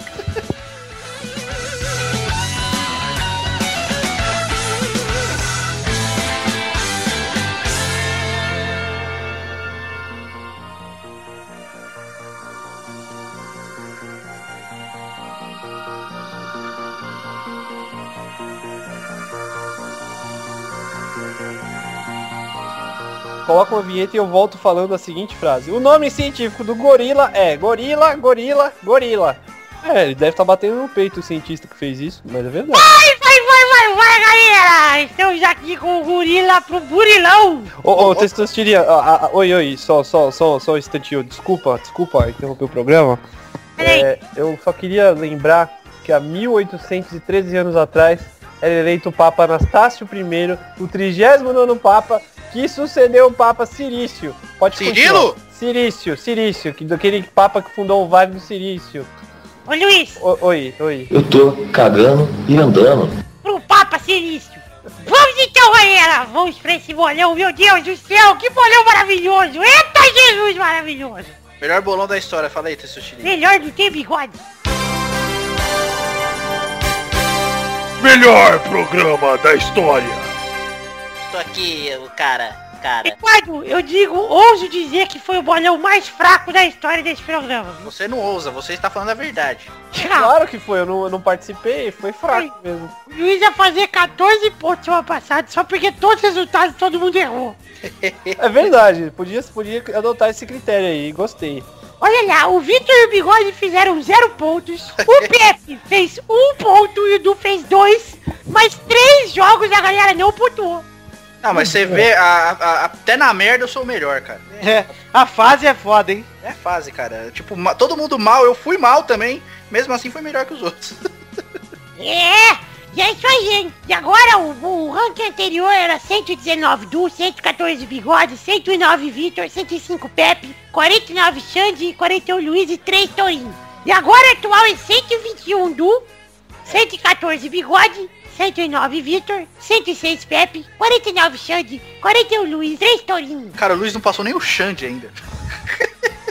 D: Coloca uma vinheta e eu volto falando a seguinte frase. O nome científico do gorila é gorila, gorila, gorila. É, ele deve estar batendo no peito o cientista que fez isso, mas é verdade.
G: Vai, vai, vai, vai, galera! Estamos aqui com o gorila pro burilão!
D: Ô, ô, Testosterinha, ah, ah, oi, oi, só, só, só, só um instantinho, desculpa, desculpa interromper o programa.
G: Peraí.
D: É, eu só queria lembrar que há 1813 anos atrás era eleito o Papa Anastácio I, o 39 Papa, que sucedeu o Papa Cirício. Pode
C: Cirilo?
D: continuar. Cirício, Cirício, que, daquele Papa que fundou o Vale do Cirício.
G: Ô, Luiz,
D: O- oi, oi.
H: Eu tô cagando e andando.
G: pro Papa Silício. Vamos então, galera! Vamos pra esse bolão, meu Deus do céu! Que bolão maravilhoso! Eita, Jesus maravilhoso!
C: Melhor bolão da história, fala aí, Tessuchini.
G: Melhor do que bigode!
A: Melhor programa da história.
I: Estou aqui, o cara, cara.
G: Eduardo, eu digo, ouso dizer que foi o bolão mais fraco da história desse programa. viu?
C: Você não ousa, você está falando a verdade.
G: Tchau.
D: Claro que foi, eu não, eu não participei, foi fraco mesmo.
G: O Luiz ia fazer 14 pontos semana passada só porque todos os resultados todo mundo errou.
D: É verdade, podia, podia adotar esse critério aí, gostei.
G: Olha lá, o Vitor e o Bigode fizeram zero pontos, o Pepe fez um ponto e o Du fez dois, mas três jogos a galera não pontuou.
C: Não, mas você vê, a- a- até na merda eu sou o melhor, cara.
E: É, a fase é foda, hein?
C: É fase, cara. Tipo, ma- todo mundo mal, eu fui mal também. Mesmo assim foi melhor que os outros.
G: É, e é isso aí, hein? E agora o, o ranking anterior era 119 Du, 114 Bigode, 109 Vitor, 105 Pepe, 49 Xande, 41 Luiz e 3 Torinho. E agora o atual é 121 Du, 114 Bigode, 109 Vitor, 106 Pepe, 49 Xande, 41 Luiz, 3 Torinho.
C: Cara, o Luiz não passou nem o Xande ainda.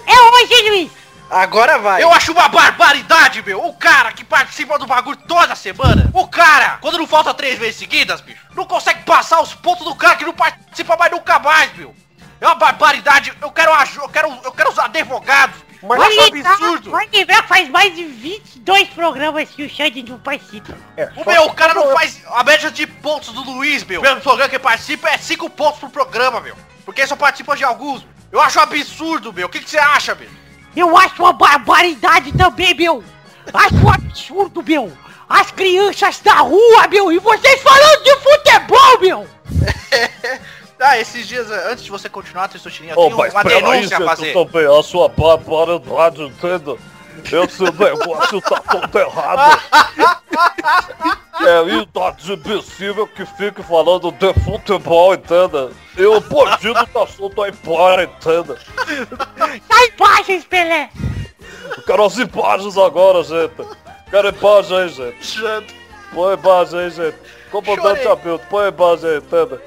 G: É hoje, hein, Luiz?
C: Agora vai. Eu acho uma barbaridade, meu. O cara que participa do bagulho toda semana. O cara, quando não falta três vezes seguidas, bicho, não consegue passar os pontos do cara que não participa mais nunca mais, meu. É uma barbaridade. Eu quero aju- eu quero, eu quero os advogados. bicho. Eu acho um
G: lembrar-
C: absurdo.
G: Pode lembrar que faz mais de 22 programas que o Xande não participa.
C: O meu, o cara não faz a média de pontos do Luiz, meu. O mesmo programa que participa é 5 pontos pro programa, meu. Porque ele só participa de alguns. Eu acho um absurdo, meu. O que que você acha, meu?
G: Eu acho uma barbaridade também, meu! Acho um absurdo, meu! As crianças da rua, meu! E vocês falando de futebol, meu!
C: Ah, esses dias, antes de você continuar, Tristotininha, eu tenho uma denúncia a fazer.
D: também, a sua barbaridade, entendo. Esse negócio tá todo errado. É inadmissível que fique falando de futebol, entenda. E o bandido tá solto aí fora, entenda.
G: Sai baixas, Tá Pelé!
D: Eu quero as imagens agora, gente. Quero imagem aí, gente. Põe imagem aí, gente. Comandante
C: Chorei.
D: Abilto, põe imagem aí, entenda.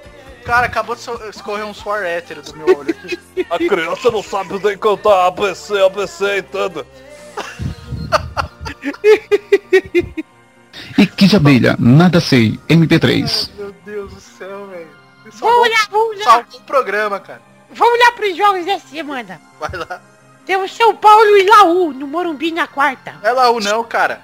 C: Cara, acabou de so- escorrer um suor hétero do meu olho aqui.
D: A criança não sabe nem cantar ABC, ABC, entenda.
J: E que de abelha, nada sei, MP3.
C: meu Deus do céu, velho. Salvou,
G: Vamos lá, vamos lá!
C: salvou o um programa, cara.
G: vamos lá pros jogos dessa semana.
C: Vai lá.
G: Temos São Paulo e Laú no Morumbi na quarta.
C: Não é Laú não, cara.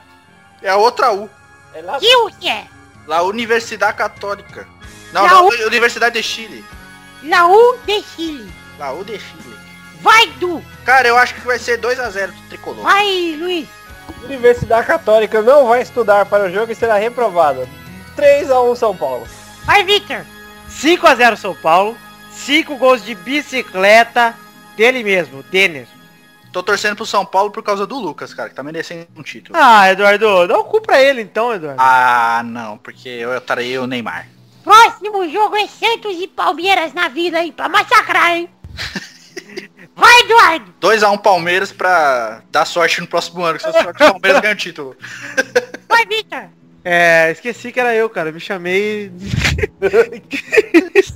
C: É a outra U.
D: É lá
G: E o que é?
C: La Universidade Católica. Não,
G: La
C: não, é
G: U-
C: Universidade de Chile.
G: Laú de Chile.
C: La U de Chile.
G: Vai, Du.
C: Cara, eu acho que vai ser 2x0 pro Tricolor.
G: Vai, Luiz.
D: Universidade Católica não vai estudar para o jogo e será reprovada. 3x1 São Paulo.
G: Vai, Victor.
E: 5x0 São Paulo. 5 gols de bicicleta dele mesmo, Denner.
G: Ah.
C: Tô torcendo pro São Paulo por causa do Lucas, cara, que tá merecendo um título.
E: Ah, Eduardo, dá o cu pra ele então, Eduardo.
C: Ah, não, porque eu atraí o Neymar.
G: Próximo jogo é Santos e Palmeiras na Vila, hein? Pra massacrar, hein? Vai, Eduardo.
C: 2x1 Palmeiras pra dar sorte no próximo ano, que se eu sorte o Palmeiras ganha o título.
G: Vai, Victor.
E: É, esqueci que era eu, cara. Me chamei.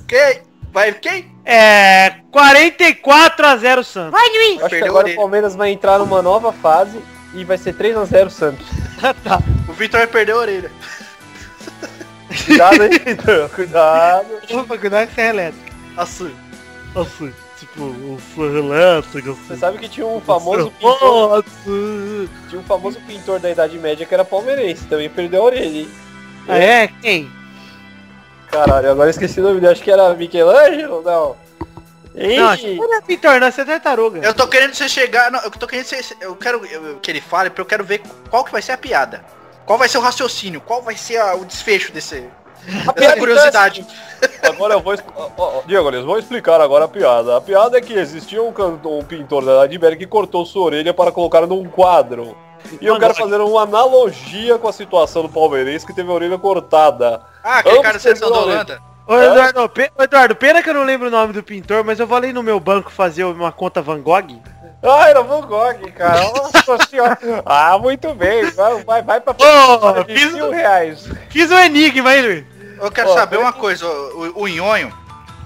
C: Quem? Vai quem?
E: É. 44 a 0 Santos.
G: Vai, Luiz.
D: Acho que
C: Perdeu
D: agora
C: ele.
D: o Palmeiras vai entrar numa nova fase e vai ser 3x0 Santos.
C: O Vitor vai perder a orelha.
D: Cuidado, hein, Vitor? Cuidado.
E: Opa, cuidado que você é elétrico.
C: Nossa,
E: Assim, tipo, o fã elétrico,
D: Você sabe que tinha um famoso pintor,
E: Nossa.
D: tinha um famoso pintor da Idade Média que era palmeirense, também perdeu a orelha, hein?
E: Ah, é? Quem?
D: Caralho, agora eu esqueci o nome dele, acho que era Michelangelo, não. Ih, tá
E: Não, acho que não é pintor, não, você é tartaruga.
C: Eu tô querendo você chegar. não, eu tô querendo você. Eu quero eu- eu- que ele fale, porque eu quero ver qual que vai ser a piada. Qual vai ser o raciocínio? Qual vai ser a- o desfecho desse.
D: a piada
C: curiosidade.
D: é a seguinte. Agora eu vou... expl- ó, ó, ó, Diego, eles vão explicar agora a piada. A piada é que existia um, cantor, um pintor da Idade Média que cortou sua orelha para colocar num quadro. E eu
E: Mano,
D: quero
E: vai-
D: fazer uma analogia com a situação do palmeirense que teve a orelha cortada.
C: Ah, aquele
D: Ambos
C: cara da seleção da
D: perderam a
C: Holanda.
E: Ô, Eduardo, pe- ô, Eduardo, pena que eu não lembro o nome do pintor, mas eu vou ali no meu banco fazer uma conta Van Gogh.
D: Ah, era Van Gogh, cara. Nossa senhora. Ah, muito bem. Vai, vai, vai pra
E: Ô,
D: de
E: fiz-
D: mil reais.
E: Fiz um enigma, hein, Luiz?
C: Eu quero
D: Ó,
C: saber
D: pera
C: uma coisa, o, o Nhonho.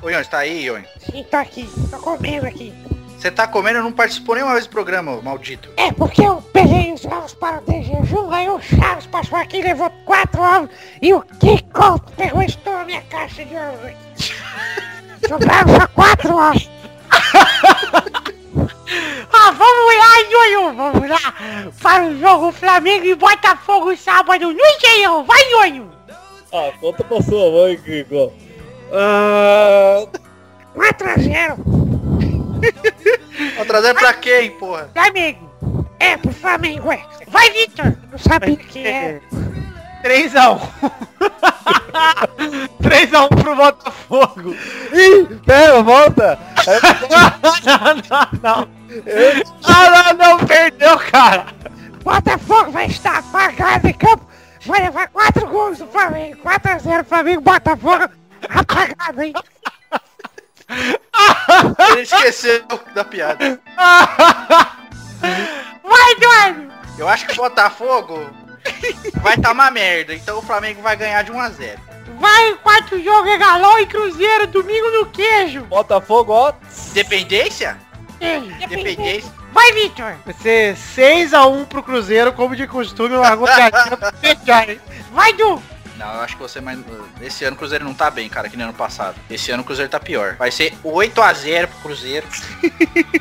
C: O Nhonho, você tá aí, Nhonho?
G: Sim, tô aqui. Tô comendo aqui.
C: Você tá comendo e não participou nenhuma vez do programa, ô maldito.
G: É porque eu peguei os ovos para de jejum, aí o Charles passou aqui e levou quatro ovos e o Kiko pegou e estourou minha caixa de ovos aqui. Sobraram só quatro ovos. ah, vamos lá, Nhonho, vamos lá para o jogo Flamengo e Botafogo sábado no Engenhão. Vai, Nhonho!
D: Ah, conta pra sua mãe, Ah, Kiko.
G: 4 a 0,
C: Tá trazendo pra quem, porra?
G: Flamengo. É, pro Flamengo, é. Vai, Victor! Não sabia que é.
E: 3x1. 3x1 pro Botafogo.
D: Ih, pera, volta.
E: É não, não, não. Ah, não, não, perdeu, cara.
G: Botafogo vai estar apagado em campo. Vai levar 4 gols do Flamengo. 4x0 Flamengo, Botafogo. Apagado, hein?
C: Ele esqueceu da piada.
G: Vai, Eduardo!
C: Eu acho que o Botafogo vai tá uma merda, então o Flamengo vai ganhar de 1x0.
G: Vai, quarto jogo é Galol e Cruzeiro, domingo no queijo.
D: Botafogo, ó.
C: Dependência?
G: Ei,
C: Dependência.
G: Vai, Victor!
E: Vai ser 6x1 pro Cruzeiro, como de costume, largou piadinha pra fechar, hein?
G: Vai, Du!
C: Não, eu acho que você mais. Esse ano o Cruzeiro não tá bem, cara, que nem ano passado. Esse ano o Cruzeiro tá pior. Vai ser 8x0 pro Cruzeiro.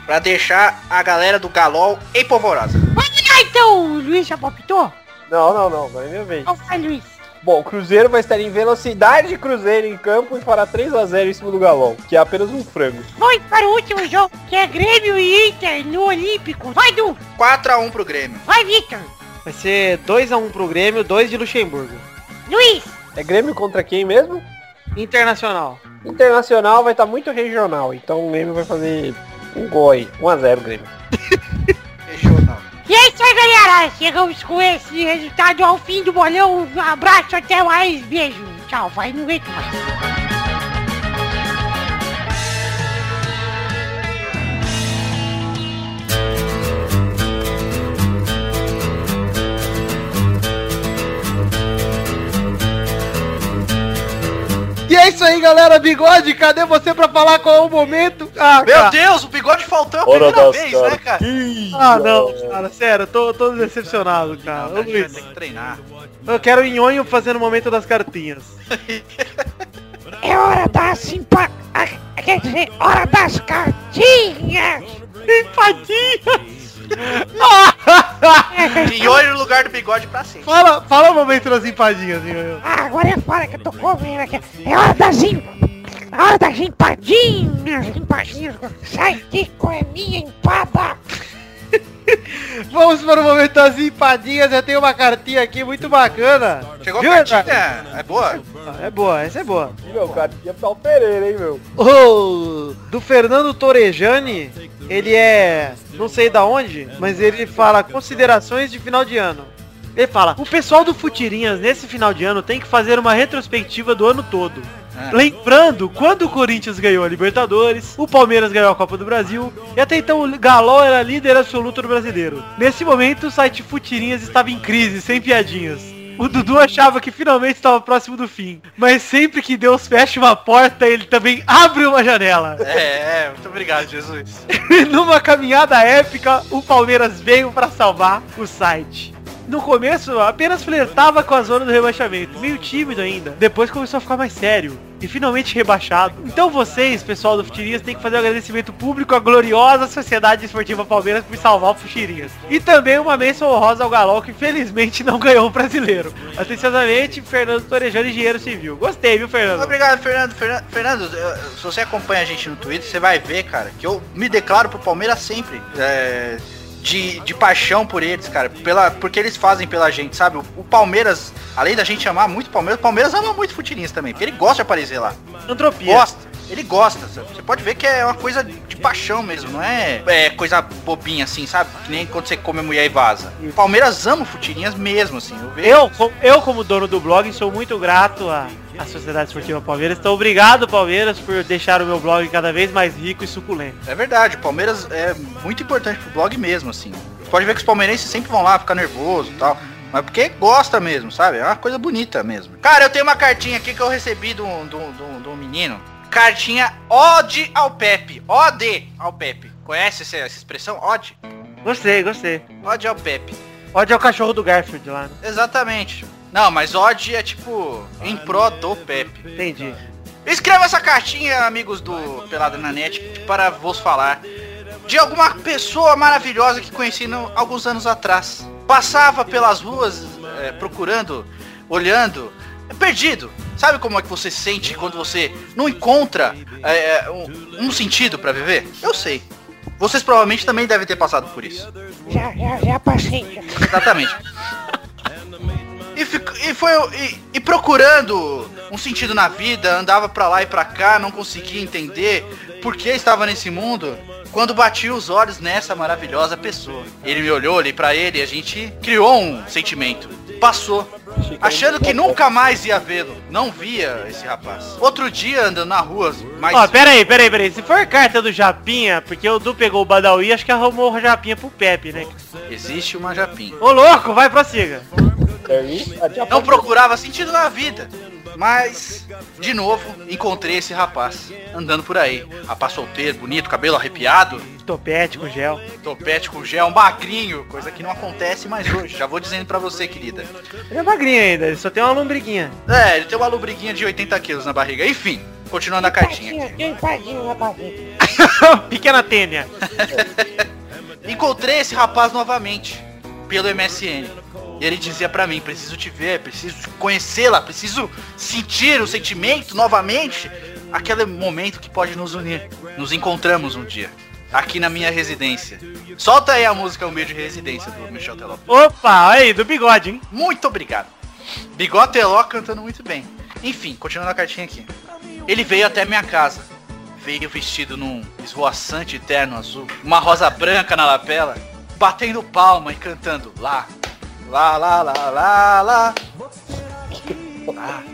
C: pra deixar a galera do Galol empolvorosa.
G: Vamos lá, então! O Luiz já palpitou?
D: Não, não, não. Vai minha vez.
G: Então vai, Luiz.
D: Bom, o Cruzeiro vai estar em velocidade de Cruzeiro em campo e fará 3x0 em cima do Galão, que é apenas um frango.
G: Vamos para o último jogo, que é Grêmio e Inter no Olímpico. Vai, Du!
C: 4x1 pro Grêmio.
G: Vai, Victor!
E: Vai ser 2x1 pro Grêmio, 2 de Luxemburgo.
G: Luiz!
D: É Grêmio contra quem mesmo?
E: Internacional.
D: Internacional vai estar muito regional, então o Grêmio vai fazer um gol aí. 1x0 Grêmio.
C: Fechou, não.
G: E é isso aí, galera. Chegamos com esse resultado ao fim do bolão. Um abraço, até mais. Beijo. Tchau. Vai, não aguento mais.
E: E é isso aí, galera. Bigode, cadê você pra falar qual é o momento? Ah,
C: Meu
E: cara.
C: Deus, o bigode faltou a primeira vez, né, cara?
E: Ah, não, cara. Sério, eu tô, eu tô decepcionado, cara. Ô,
C: Não,
E: Luiz,
C: Tem que treinar.
E: eu quero o Nhonho fazendo o momento das cartinhas.
G: É hora da simpa... a- quer dizer, hora das cartinhas. Empadinhas.
C: E olha no lugar do bigode pra cima.
E: Fala, fala o momento das empadinhas, Nhonhô.
G: ah, agora é fora que eu tô comendo aqui. É hora das em... Hora das empadinhas, empadinhas. Sai de com a minha empada.
E: Vamos para o momento das empadinhas. Eu tenho uma cartinha aqui muito bacana.
C: Chegou
E: Viu,
C: a cartinha. É boa?
E: Ah, É boa, essa é boa.
D: Meu, cara, tinha pra o Pereira, hein, meu?
E: O do Fernando Torejani, ele é não sei da onde, mas ele fala considerações de final de ano. Ele fala, o pessoal do Futirinhas nesse final de ano tem que fazer uma retrospectiva do ano todo.
C: Ah.
E: Lembrando quando o Corinthians ganhou a Libertadores, o Palmeiras ganhou a Copa do Brasil e até então o Galol era líder absoluto do brasileiro. Nesse momento o site Futirinhas estava em crise, sem piadinhas. O Dudu achava que finalmente estava próximo do fim, mas sempre que Deus fecha uma porta, ele também abre uma janela.
C: É, é, muito obrigado, Jesus.
E: Numa caminhada épica, o Palmeiras veio para salvar o site. No começo, apenas flertava com a zona do rebaixamento, meio tímido ainda. Depois começou a ficar mais sério e finalmente rebaixado. Então vocês, pessoal do Futirinhas, têm que fazer um agradecimento público à gloriosa Sociedade Esportiva Palmeiras por salvar o Futirinhas. E também uma menção honrosa ao Galol, que felizmente não ganhou o brasileiro. Atenciosamente, Fernando Torejano, engenheiro civil. Gostei, viu, Fernando?
C: Obrigado, Fernando. Fernan- Fernando, eu- se você acompanha a gente no Twitter, você vai ver, cara, que eu me declaro pro Palmeiras sempre. é, de, de paixão por eles, cara. Pela, porque eles fazem pela gente, sabe? O, o Palmeiras, além da gente amar muito o Palmeiras, o Palmeiras ama muito o Futirinhas também, porque ele gosta de aparecer lá.
E: Antropia.
C: Gosta. Ele gosta, sabe? Você pode ver que é uma coisa de paixão mesmo, não é, é coisa bobinha assim, sabe? Que nem quando você come a mulher e vaza. O Palmeiras ama o Futirinhas mesmo, assim. Eu vejo.
E: Eu, co- eu como dono do blog, sou muito grato à, à Sociedade Esportiva Palmeiras. Então, obrigado, Palmeiras, por deixar o meu blog cada vez mais rico e suculento.
C: É verdade, o Palmeiras é muito importante pro blog mesmo, assim. Você pode ver que os palmeirenses sempre vão lá ficar nervoso e tal. Mas porque gosta mesmo, sabe? É uma coisa bonita mesmo. Cara, eu tenho uma cartinha aqui que eu recebi de um, de um- de um- de um menino. Cartinha Ode ao Pepe. Ode ao Pepe. Conhece essa, essa expressão? Ode?
E: Gostei, gostei.
C: Ode ao Pepe.
E: Ode é o cachorro do Garfield lá, né?
C: Exatamente. Não, mas Ode é tipo em pró do Pepe.
E: Entendi.
C: Escreva essa cartinha, amigos do Pelada na Net, para vos falar de alguma pessoa maravilhosa que conheci no- alguns anos atrás. Passava pelas ruas eh, procurando, olhando, perdido. Sabe como é que você se sente quando você não encontra eh, um, um sentido para viver? Eu sei. Vocês provavelmente também devem ter passado por isso.
G: Já, já, já passei.
C: Exatamente. E, fico- e foi e, e procurando um sentido na vida, andava pra lá e pra cá, não conseguia entender por que estava nesse mundo. Quando bati os olhos nessa maravilhosa pessoa, ele me olhou, olhei pra ele e a gente criou um sentimento. Passou, achando que nunca mais ia vê-lo. Não via esse rapaz. Outro dia andando na rua, mas
E: Ó, pera aí, pera aí, pera aí. Se for carta do Japinha, porque o Du pegou o Badawi, acho que arrumou o Japinha pro Pepe, né?
C: existe uma japinha.
E: Ô, louco, vai, prossiga.
C: Não procurava sentido na vida. Mas, de novo, encontrei esse rapaz andando por aí. Rapaz solteiro, bonito, cabelo arrepiado,
E: Topete com gel.
C: topete com gel, um magrinho, coisa que não acontece mais hoje. Já vou dizendo pra você, querida.
E: Ele é magrinho ainda, ele só tem uma lombriguinha.
C: É, ele tem uma lubriguinha de 80 quilos na barriga. Enfim, continuando a cartinha.
G: Empadinha, tem empadinha na barriga.
E: Pequena tênia.
C: Encontrei esse rapaz novamente pelo MSN. E ele dizia pra mim, preciso te ver, preciso conhecê-la, preciso sentir o sentimento novamente, aquele momento que pode nos unir. Nos encontramos um dia, aqui na minha residência. Solta aí a música Humilde Residência do Michel Teló.
E: Opa, olha aí, do bigode, hein?
C: Muito obrigado. Bigode Teló cantando muito bem. Enfim, continuando a cartinha aqui. Ele veio até minha casa. Veio vestido num esvoaçante terno azul, uma rosa branca na lapela, batendo palma e cantando lá, lá, lá, lá, lá, lá. Lá.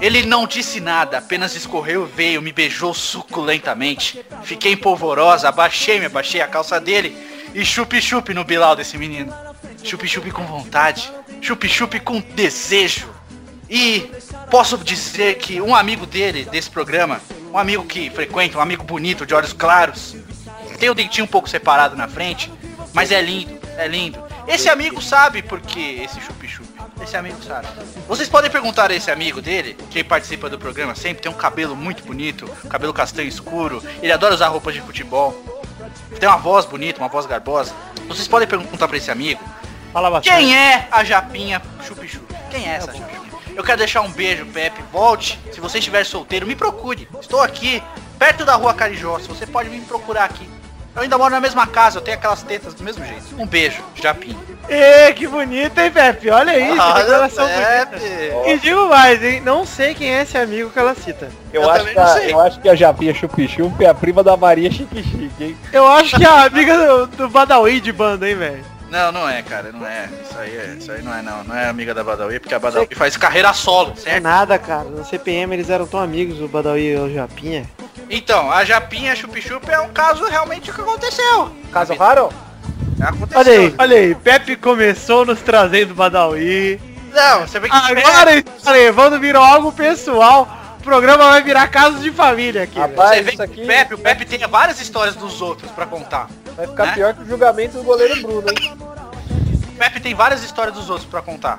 C: Ele não disse nada, apenas escorreu, veio, me beijou suculentamente. Fiquei empolvorosa, abaixei, me abaixei a calça dele e chup-chup no bilau desse menino. Chup-chup com vontade, chup-chup com desejo. E posso dizer que um amigo dele, desse programa, um amigo que frequenta, um amigo bonito, de olhos claros, tem o dentinho um pouco separado na frente, mas é lindo, é lindo. Esse amigo sabe porque esse chup-chup. Esse amigo Sara. Vocês podem perguntar a esse amigo dele, que participa do programa sempre, tem um cabelo muito bonito, cabelo castanho escuro, ele adora usar roupas de futebol, tem uma voz bonita, uma voz garbosa. Vocês podem perguntar pra esse amigo
E: Fala bastante.
C: quem é a Japinha Chup Chup? Quem é essa Japinha? Eu quero deixar um beijo, Pepe. Volte. Se você estiver solteiro, me procure. Estou aqui, perto da rua Carijó. Se Você pode me procurar aqui. Eu ainda moro na mesma casa, eu tenho aquelas tetas do mesmo jeito. Um beijo, Japinha.
E: é? Ê, que bonito, hein, Pepe? Olha isso, que
C: Ah,
E: declaração bonita. E digo mais, hein? Não sei quem é esse amigo que ela cita.
D: Eu,
C: Eu
D: acho
C: também
D: que
C: não
D: a,
C: sei.
D: eu acho que a Japinha Chupichup é a prima da Maria Chique Chique, hein?
E: Eu acho que é a amiga do, do Badawi de banda, hein, velho?
C: Não, não é, cara, não é. Isso aí, é, isso aí não é, não. Não é amiga da Badawi, porque a Badawi faz carreira solo, certo?
E: É nada, cara. No CPM eles eram tão amigos, o Badawi e o Japinha.
C: Então, a Japinha Chup-Chup é um caso realmente que aconteceu.
D: Caso raro?
C: Aconteceu.
E: Olha aí, olha aí. Pepe começou nos trazendo Badawi.
C: Não, você vê que...
E: Agora está levando, virou algo pessoal. O programa vai virar casa de família aqui. velho.
C: Você
D: Rapaz,
C: vê
D: Ah, isso
C: que o
D: aqui
C: Pepe, o Pepe tem várias histórias dos outros pra contar.
D: vai ficar
C: né?
D: pior que o julgamento do goleiro Bruno, hein?
C: O Pepe tem várias histórias dos outros pra contar,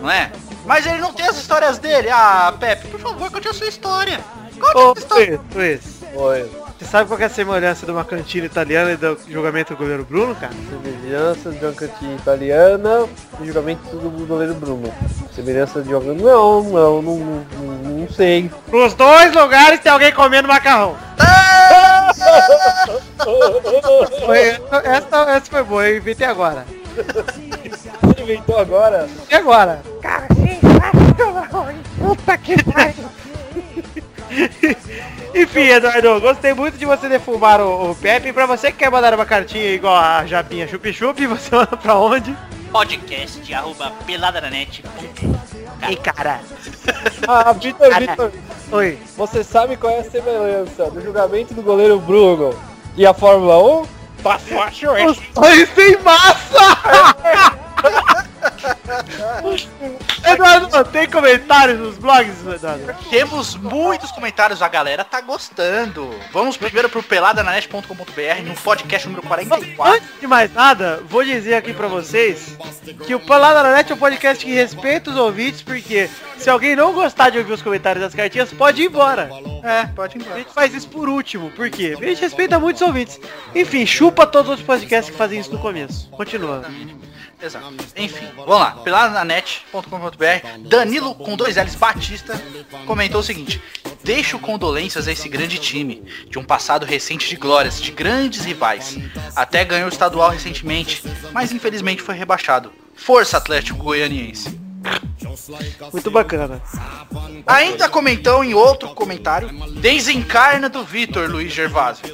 C: não é? Mas ele não tem as histórias dele. Ah, Pepe, por favor, conte a sua história. Conte a
E: Ô,
C: sua história.
E: Luiz, Luiz,
D: Foi.
E: você sabe qual que é a semelhança de uma cantina italiana e do julgamento do goleiro Bruno, cara?
D: Semelhança de uma cantina italiana e julgamento do goleiro Bruno. Semelhança de alguém. Não, não, não, não, não- não sei.
E: Nos dois lugares tem alguém comendo macarrão. Foi- essa, essa foi boa, eu inventei agora.
D: Ele inventou agora.
E: E agora?
G: Cara, sensacional, hein? Puta que pariu.
E: Enfim, Eduardo, gostei muito de você defumar o, o Pepe. Pra você que quer mandar uma cartinha igual a Japinha Chup Chup, você manda pra onde?
I: Podcast arroba peladananet.
G: Ei, cara.
D: Ah, Vitor, Vitor,
E: Oi.
D: você sabe qual é a semelhança do julgamento do goleiro Bruno e a Fórmula 1?
E: Os dois sem massa! Eduardo, tem comentários nos blogs, Eduardo?
C: Temos muitos comentários, a galera tá gostando. Vamos primeiro pro peladananet.com.br no podcast número 44.
E: Antes de mais nada, vou dizer aqui pra vocês que o Palavra na Net é um podcast que respeita os ouvintes, porque se alguém não gostar de ouvir os comentários das cartinhas, pode ir embora.
C: É, pode ir
E: A
C: embora.
E: gente faz isso por último, por quê? Porque a gente respeita muitos ouvintes. Enfim, chupa todos os podcasts que fazem isso no começo. Continua.
C: Tá. Exato. Enfim, vamos lá. Peladananet.com.br Danilo com dois L's Batista comentou o seguinte. Deixo condolências a esse grande time, de um passado recente de glórias, de grandes rivais. Até ganhou o estadual recentemente, mas infelizmente foi rebaixado. Força Atlético Goianiense.
E: Muito bacana.
C: Ainda comentou em outro comentário, desencarna do Vitor Luiz Gervásio.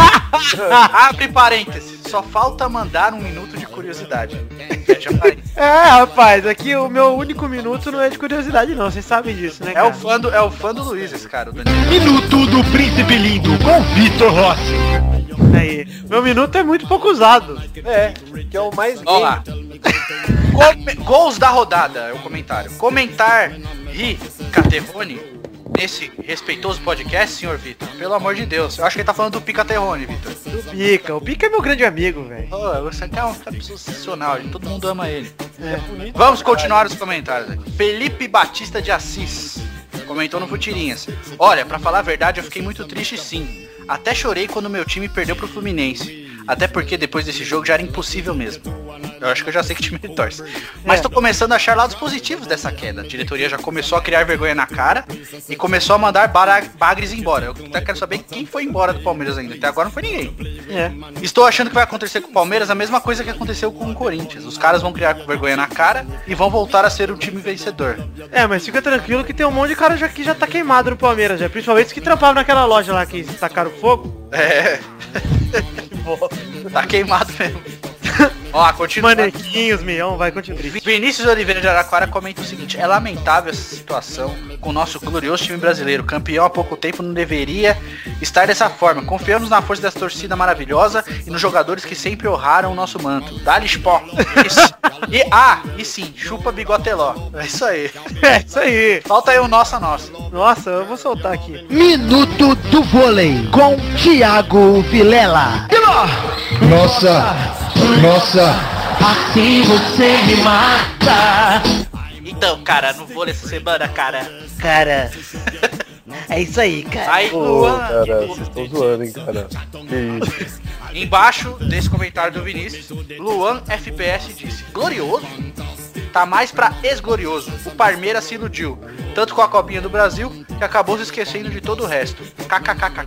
C: Abre parênteses, só falta mandar um minuto de curiosidade. Fecha parênteses.
E: É, rapaz, aqui o meu único minuto não é de curiosidade não, vocês sabem disso, né,
C: É o
E: cara?
C: fã do, é o fã do Luiz esse cara, o Danilo.
A: Minuto do Príncipe Lindo com Vitor Rossi.
E: Aí, meu minuto é muito pouco usado.
D: É, que é o mais
C: Vamos
D: gay.
C: lá. Come- gols da rodada é o comentário. Comentar Ri Caterrone nesse respeitoso podcast, senhor Vitor. Pelo amor de Deus. Eu acho que ele tá falando do Picaterrone, Vitor.
E: O Pica, o Pica é meu grande amigo, velho.
C: Pô, você é um cara sensacional, gente. todo mundo ama ele. Vamos continuar os comentários aqui. Felipe Batista de Assis comentou no Futirinhas. Olha, pra falar a verdade, eu fiquei muito triste sim. Até chorei quando meu time perdeu pro Fluminense. Até porque depois desse jogo já era impossível mesmo. Eu acho que eu já sei que time ele torce. Mas tô começando a achar lados positivos dessa queda. A diretoria já começou a criar vergonha na cara e começou a mandar bara- bagres embora. Eu até quero saber quem foi embora do Palmeiras ainda. Até agora não foi ninguém.
E: É.
C: Estou achando que vai acontecer com o Palmeiras a mesma coisa que aconteceu com o Corinthians. Os caras vão criar vergonha na cara e vão voltar a ser um time vencedor.
E: É, mas fica tranquilo que tem um monte de cara já que já tá queimado no Palmeiras, já. Principalmente os que trampavam naquela loja lá que tacaram fogo.
C: É. tá queimado mesmo. Ó, continua.
E: Manequinhos, meião, vai, continua.
C: Vinícius Oliveira de Araquara comenta o seguinte: é lamentável essa situação com o nosso glorioso time brasileiro. Campeão há pouco tempo não deveria estar dessa forma. Confiamos na força dessa torcida maravilhosa e nos jogadores que sempre honraram o nosso manto. Dá-lhes pó. E, ah, e sim, chupa bigoteló. É isso aí.
E: É, isso aí.
C: Falta aí o nossa, nossa.
E: Nossa, eu vou soltar aqui.
J: Minuto do vôlei com Thiago Vilela. Nossa, nossa, Assim você me mata.
I: Então, cara, não vou nessa semana, cara.
K: Cara. É isso aí, cara.
C: Sai,
D: Pô,
C: Luan.
D: cara, vocês estão zoando, hein, cara. Que isso.
C: Embaixo desse comentário do Vinícius, Luan FPS disse: Glorioso? Tá mais pra ex-glorioso. O Parmeira se iludiu, tanto com a Copinha do Brasil, que acabou se esquecendo de todo o resto.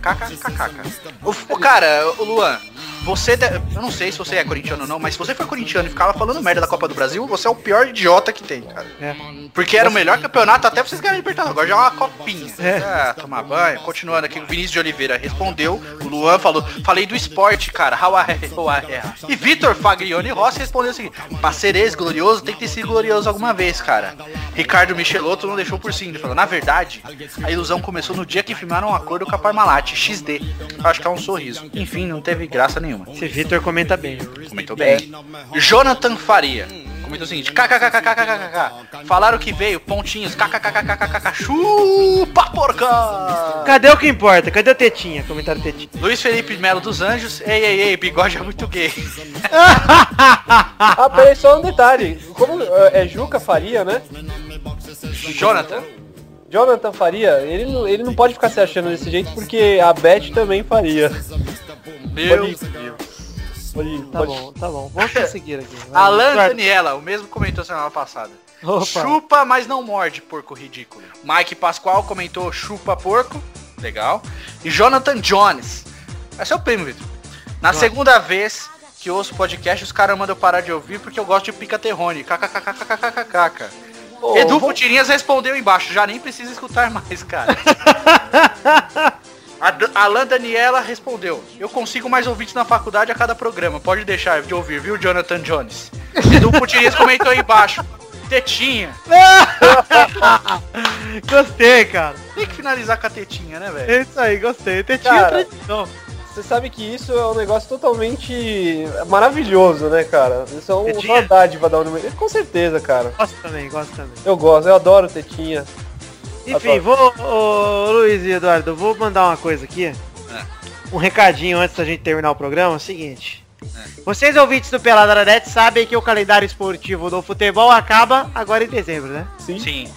C: KKKKKKKK. O, o cara, o Luan, você. de- eu não sei se você é corintiano ou não, mas se você foi corintiano e ficava falando merda da Copa do Brasil, você é o pior idiota que tem, cara.
E: É.
C: Porque era o melhor campeonato até vocês ganharem Libertadores. Agora já é uma copinha. Ah, tomar banho. Continuando aqui, o Vinícius de Oliveira respondeu. O Luan falou, falei do esporte, cara. Hauá, hauá, hauá. E Vitor Faglione Rossi respondeu o seguinte. Parcerês glorioso, tem que ter sido glorioso alguma vez, cara. Ricardo Michelotto não deixou por cima. Ele falou, na verdade, a ilusão começou no dia que firmaram um acordo com a Parmalat, XD. Acho que é um sorriso. Enfim, não teve graça nenhuma.
E: Esse Vitor comenta bem.
C: Comentou bem. Jonathan Faria. Comentou o seguinte, kkkkkkk. Falaram que veio, pontinhos, kkkkkkk. Chupa porca!
E: Cadê o que importa? Cadê o Tetinha? Comentário Tetinha.
C: Luiz Felipe Melo dos Anjos, ei, ei, ei, bigode é muito gay.
D: Ah, peraí, só um detalhe. Como eh, é Juca Faria, né?
C: Jonathan,
D: Jonathan Faria, ele não, ele não pode ficar se achando desse jeito porque a Beth também faria.
C: meu
D: Pode-
C: Deus.
D: Pode,
E: Tá
D: pode-
E: bom, tá bom. Vamos prosseguir aqui. Vai,
C: Alan
E: Eduardo.
C: Daniela, o mesmo comentou semana passada.
E: Opa.
C: Chupa, mas não morde, porco ridículo. Mike Pascoal comentou chupa porco. Legal. E Jonathan Jones. Esse é o prêmio, Vitor. Na segunda vez que ouço podcast, os caras mandam eu parar de ouvir porque eu gosto de pica terrone. KKKKKKKK.
D: Ô,
C: Edu
D: vamos-
C: Futirinhas respondeu embaixo, já nem precisa escutar mais, cara. A D- Alan Daniela respondeu, eu consigo mais ouvintes na faculdade a cada programa, pode deixar de ouvir, viu, Jonathan Jones? Edu Futirinhas comentou aí embaixo, tetinha.
E: Gostei, cara.
C: Tem que finalizar com a tetinha, né, velho?
E: É isso aí, gostei. Tetinha
D: Cara.
E: é tradição.
D: Você sabe que isso é um negócio totalmente maravilhoso, né, cara? Isso é um-
E: Tetinha?
D: uma dádiva da Unimed. Com certeza, cara.
E: Gosto também, gosto também.
D: Eu gosto, eu adoro tetinha.
E: Enfim, vou, ô, Luiz e Eduardo, eu vou mandar uma coisa aqui. Um recadinho antes da gente terminar o programa, é o seguinte. Vocês ouvintes do Pelada na Net sabem que o calendário esportivo do futebol acaba agora em dezembro, né?
C: Sim.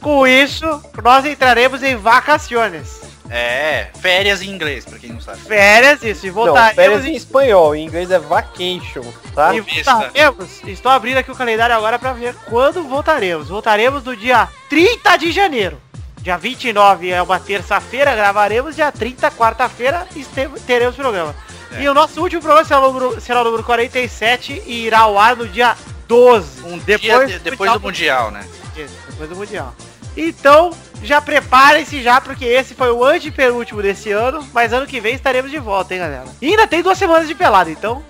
E: Com isso, nós entraremos em vacaciones.
C: É, férias em inglês, pra quem não sabe.
E: Férias, isso, e
D: Não,
E: voltaremos...
D: férias em espanhol, em inglês é vacation, tá?
E: E voltaremos. Estou abrindo aqui o calendário agora para ver quando voltaremos. Voltaremos no dia 30 de janeiro. Dia 29 é uma terça-feira, gravaremos. Dia 30, quarta-feira, este- teremos programa.
C: É.
E: E o nosso último programa será o, número, será o número 47 e irá ao ar no dia 12.
C: Um
E: Depois
C: depois, dia,
E: do
C: depois do Mundial, né?
E: Depois do Mundial. Então, já preparem-se já, porque esse foi o antepenúltimo desse ano, mas ano que vem estaremos de volta, hein, galera? E ainda tem duas semanas de pelada, então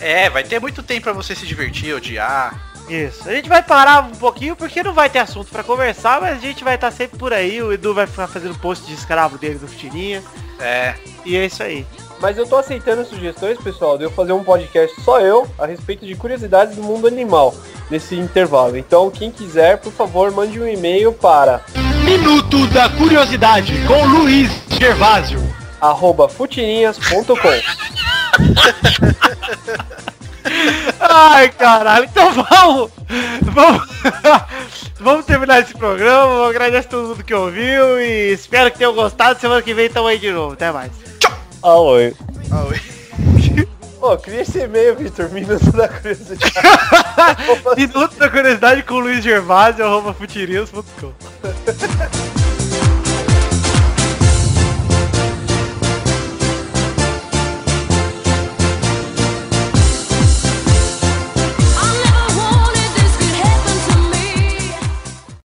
C: É, vai ter muito tempo pra você se divertir, odiar.
E: Isso. A gente vai parar um pouquinho porque não vai ter assunto pra conversar, mas a gente vai estar sempre por aí. O Edu vai ficar fazendo post de escravo dele do Futirinha.
C: É,
E: E é isso aí.
D: Mas eu tô aceitando sugestões, pessoal, de eu fazer um podcast só eu a respeito de curiosidades do mundo animal nesse intervalo. Então, quem quiser, por favor, mande um e-mail para
A: Minuto da Curiosidade com Luiz Gervásio.
D: arroba futirinhas.com.
E: Ai, caralho. Então vamos. Vamos, vamos terminar esse programa. Eu agradeço a todo mundo que ouviu e espero que tenham gostado. Semana que vem tamo aí de novo. Até mais.
D: Ah, oi. Pô, cria esse e-mail, Vitor, minuto da curiosidade.
E: Minuto da curiosidade com o Luiz Gervásio, arroba futirinhas.com.